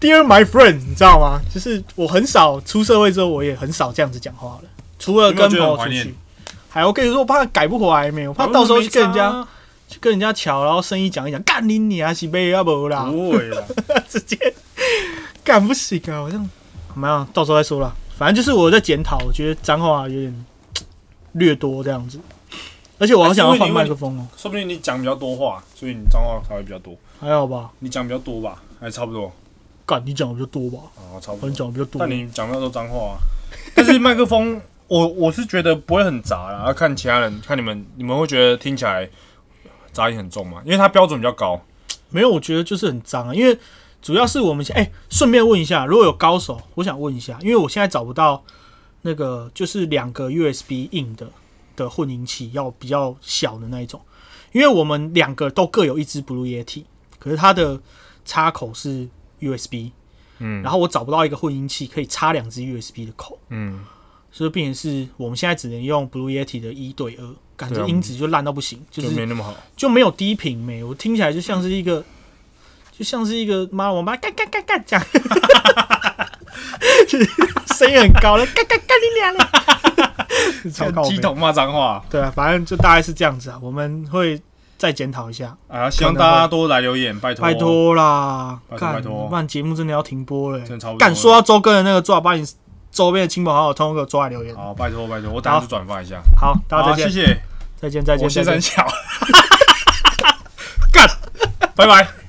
Speaker 2: Dear my friend，你知道吗？就是我很少出社会之后，我也很少这样子讲话了，除了
Speaker 1: 有没有
Speaker 2: 跟
Speaker 1: 觉
Speaker 2: 朋
Speaker 1: 得
Speaker 2: 友
Speaker 1: 很怀
Speaker 2: 出
Speaker 1: 念哦
Speaker 2: 去。还 OK，可是我怕改不回来没，我怕到时候去跟人
Speaker 1: 啊
Speaker 2: 家去跟人家瞧，然后生意讲一讲，干你你啊，是被啊不啦，
Speaker 1: 不会啦，
Speaker 2: 直接干不行啊，好像怎么样？到时候再说啦。反正就是我在检讨，我觉得脏话有点略多这样子，而且我好想要换麦克风哦、
Speaker 1: 说不定你讲比较多话，所以你脏话才会比较多。
Speaker 2: 还好吧？
Speaker 1: 你讲比较多吧，还差不多
Speaker 2: 干，你讲的比较多吧？
Speaker 1: 啊，差不
Speaker 2: 我
Speaker 1: 多。
Speaker 2: 讲的比较多
Speaker 1: 但。你讲比较多脏话啊， 但是麦克风，我我是觉得不会很杂啦。要看其他人，看你们，你们会觉得听起来杂音很重吗？因为它标准比较高。
Speaker 2: 没有，我觉得就是很脏啊，因为主要是我们现哎，顺、便问一下，如果有高手，我想问一下，因为我现在找不到那个就是两个 USB 硬的的混音器，要比较小的那一种，因为我们两个都各有一支 Blue Yeti，可是它的插口是 USB，
Speaker 1: 嗯
Speaker 2: 然后我找不到一个混音器可以插两支 USB 的口，
Speaker 1: 嗯，
Speaker 2: 所以变成是我们现在只能用 Blue Yeti 的一对二，感
Speaker 1: 对
Speaker 2: 觉
Speaker 1: 啊
Speaker 2: 音质就烂到不行，就
Speaker 1: 就是没那么好。
Speaker 2: 就没有低频没，我听起来就像是一个，就像是一个妈的，我妈干干干干讲， 声音很高了，干干干你俩了，超高
Speaker 1: 鸡桶骂脏话
Speaker 2: 对啊，反正就大概是这样子啊，我们会再检讨一下，
Speaker 1: 啊！希望大家多来留言，拜托
Speaker 2: 拜，托啦，
Speaker 1: 拜托
Speaker 2: 干
Speaker 1: 拜托
Speaker 2: 不然节目真的要停播了欸、
Speaker 1: 真的差不多了
Speaker 2: 干说到周更的那个，最好把你周边的亲朋好友通通给我抓来留言。
Speaker 1: 好，拜托拜托，我等下去转发一下。
Speaker 2: 好，大家
Speaker 1: 好，
Speaker 2: 再见，
Speaker 1: 谢谢，
Speaker 2: 再见，再见，
Speaker 1: 我先
Speaker 2: 再 见
Speaker 1: 生巧，干，拜拜。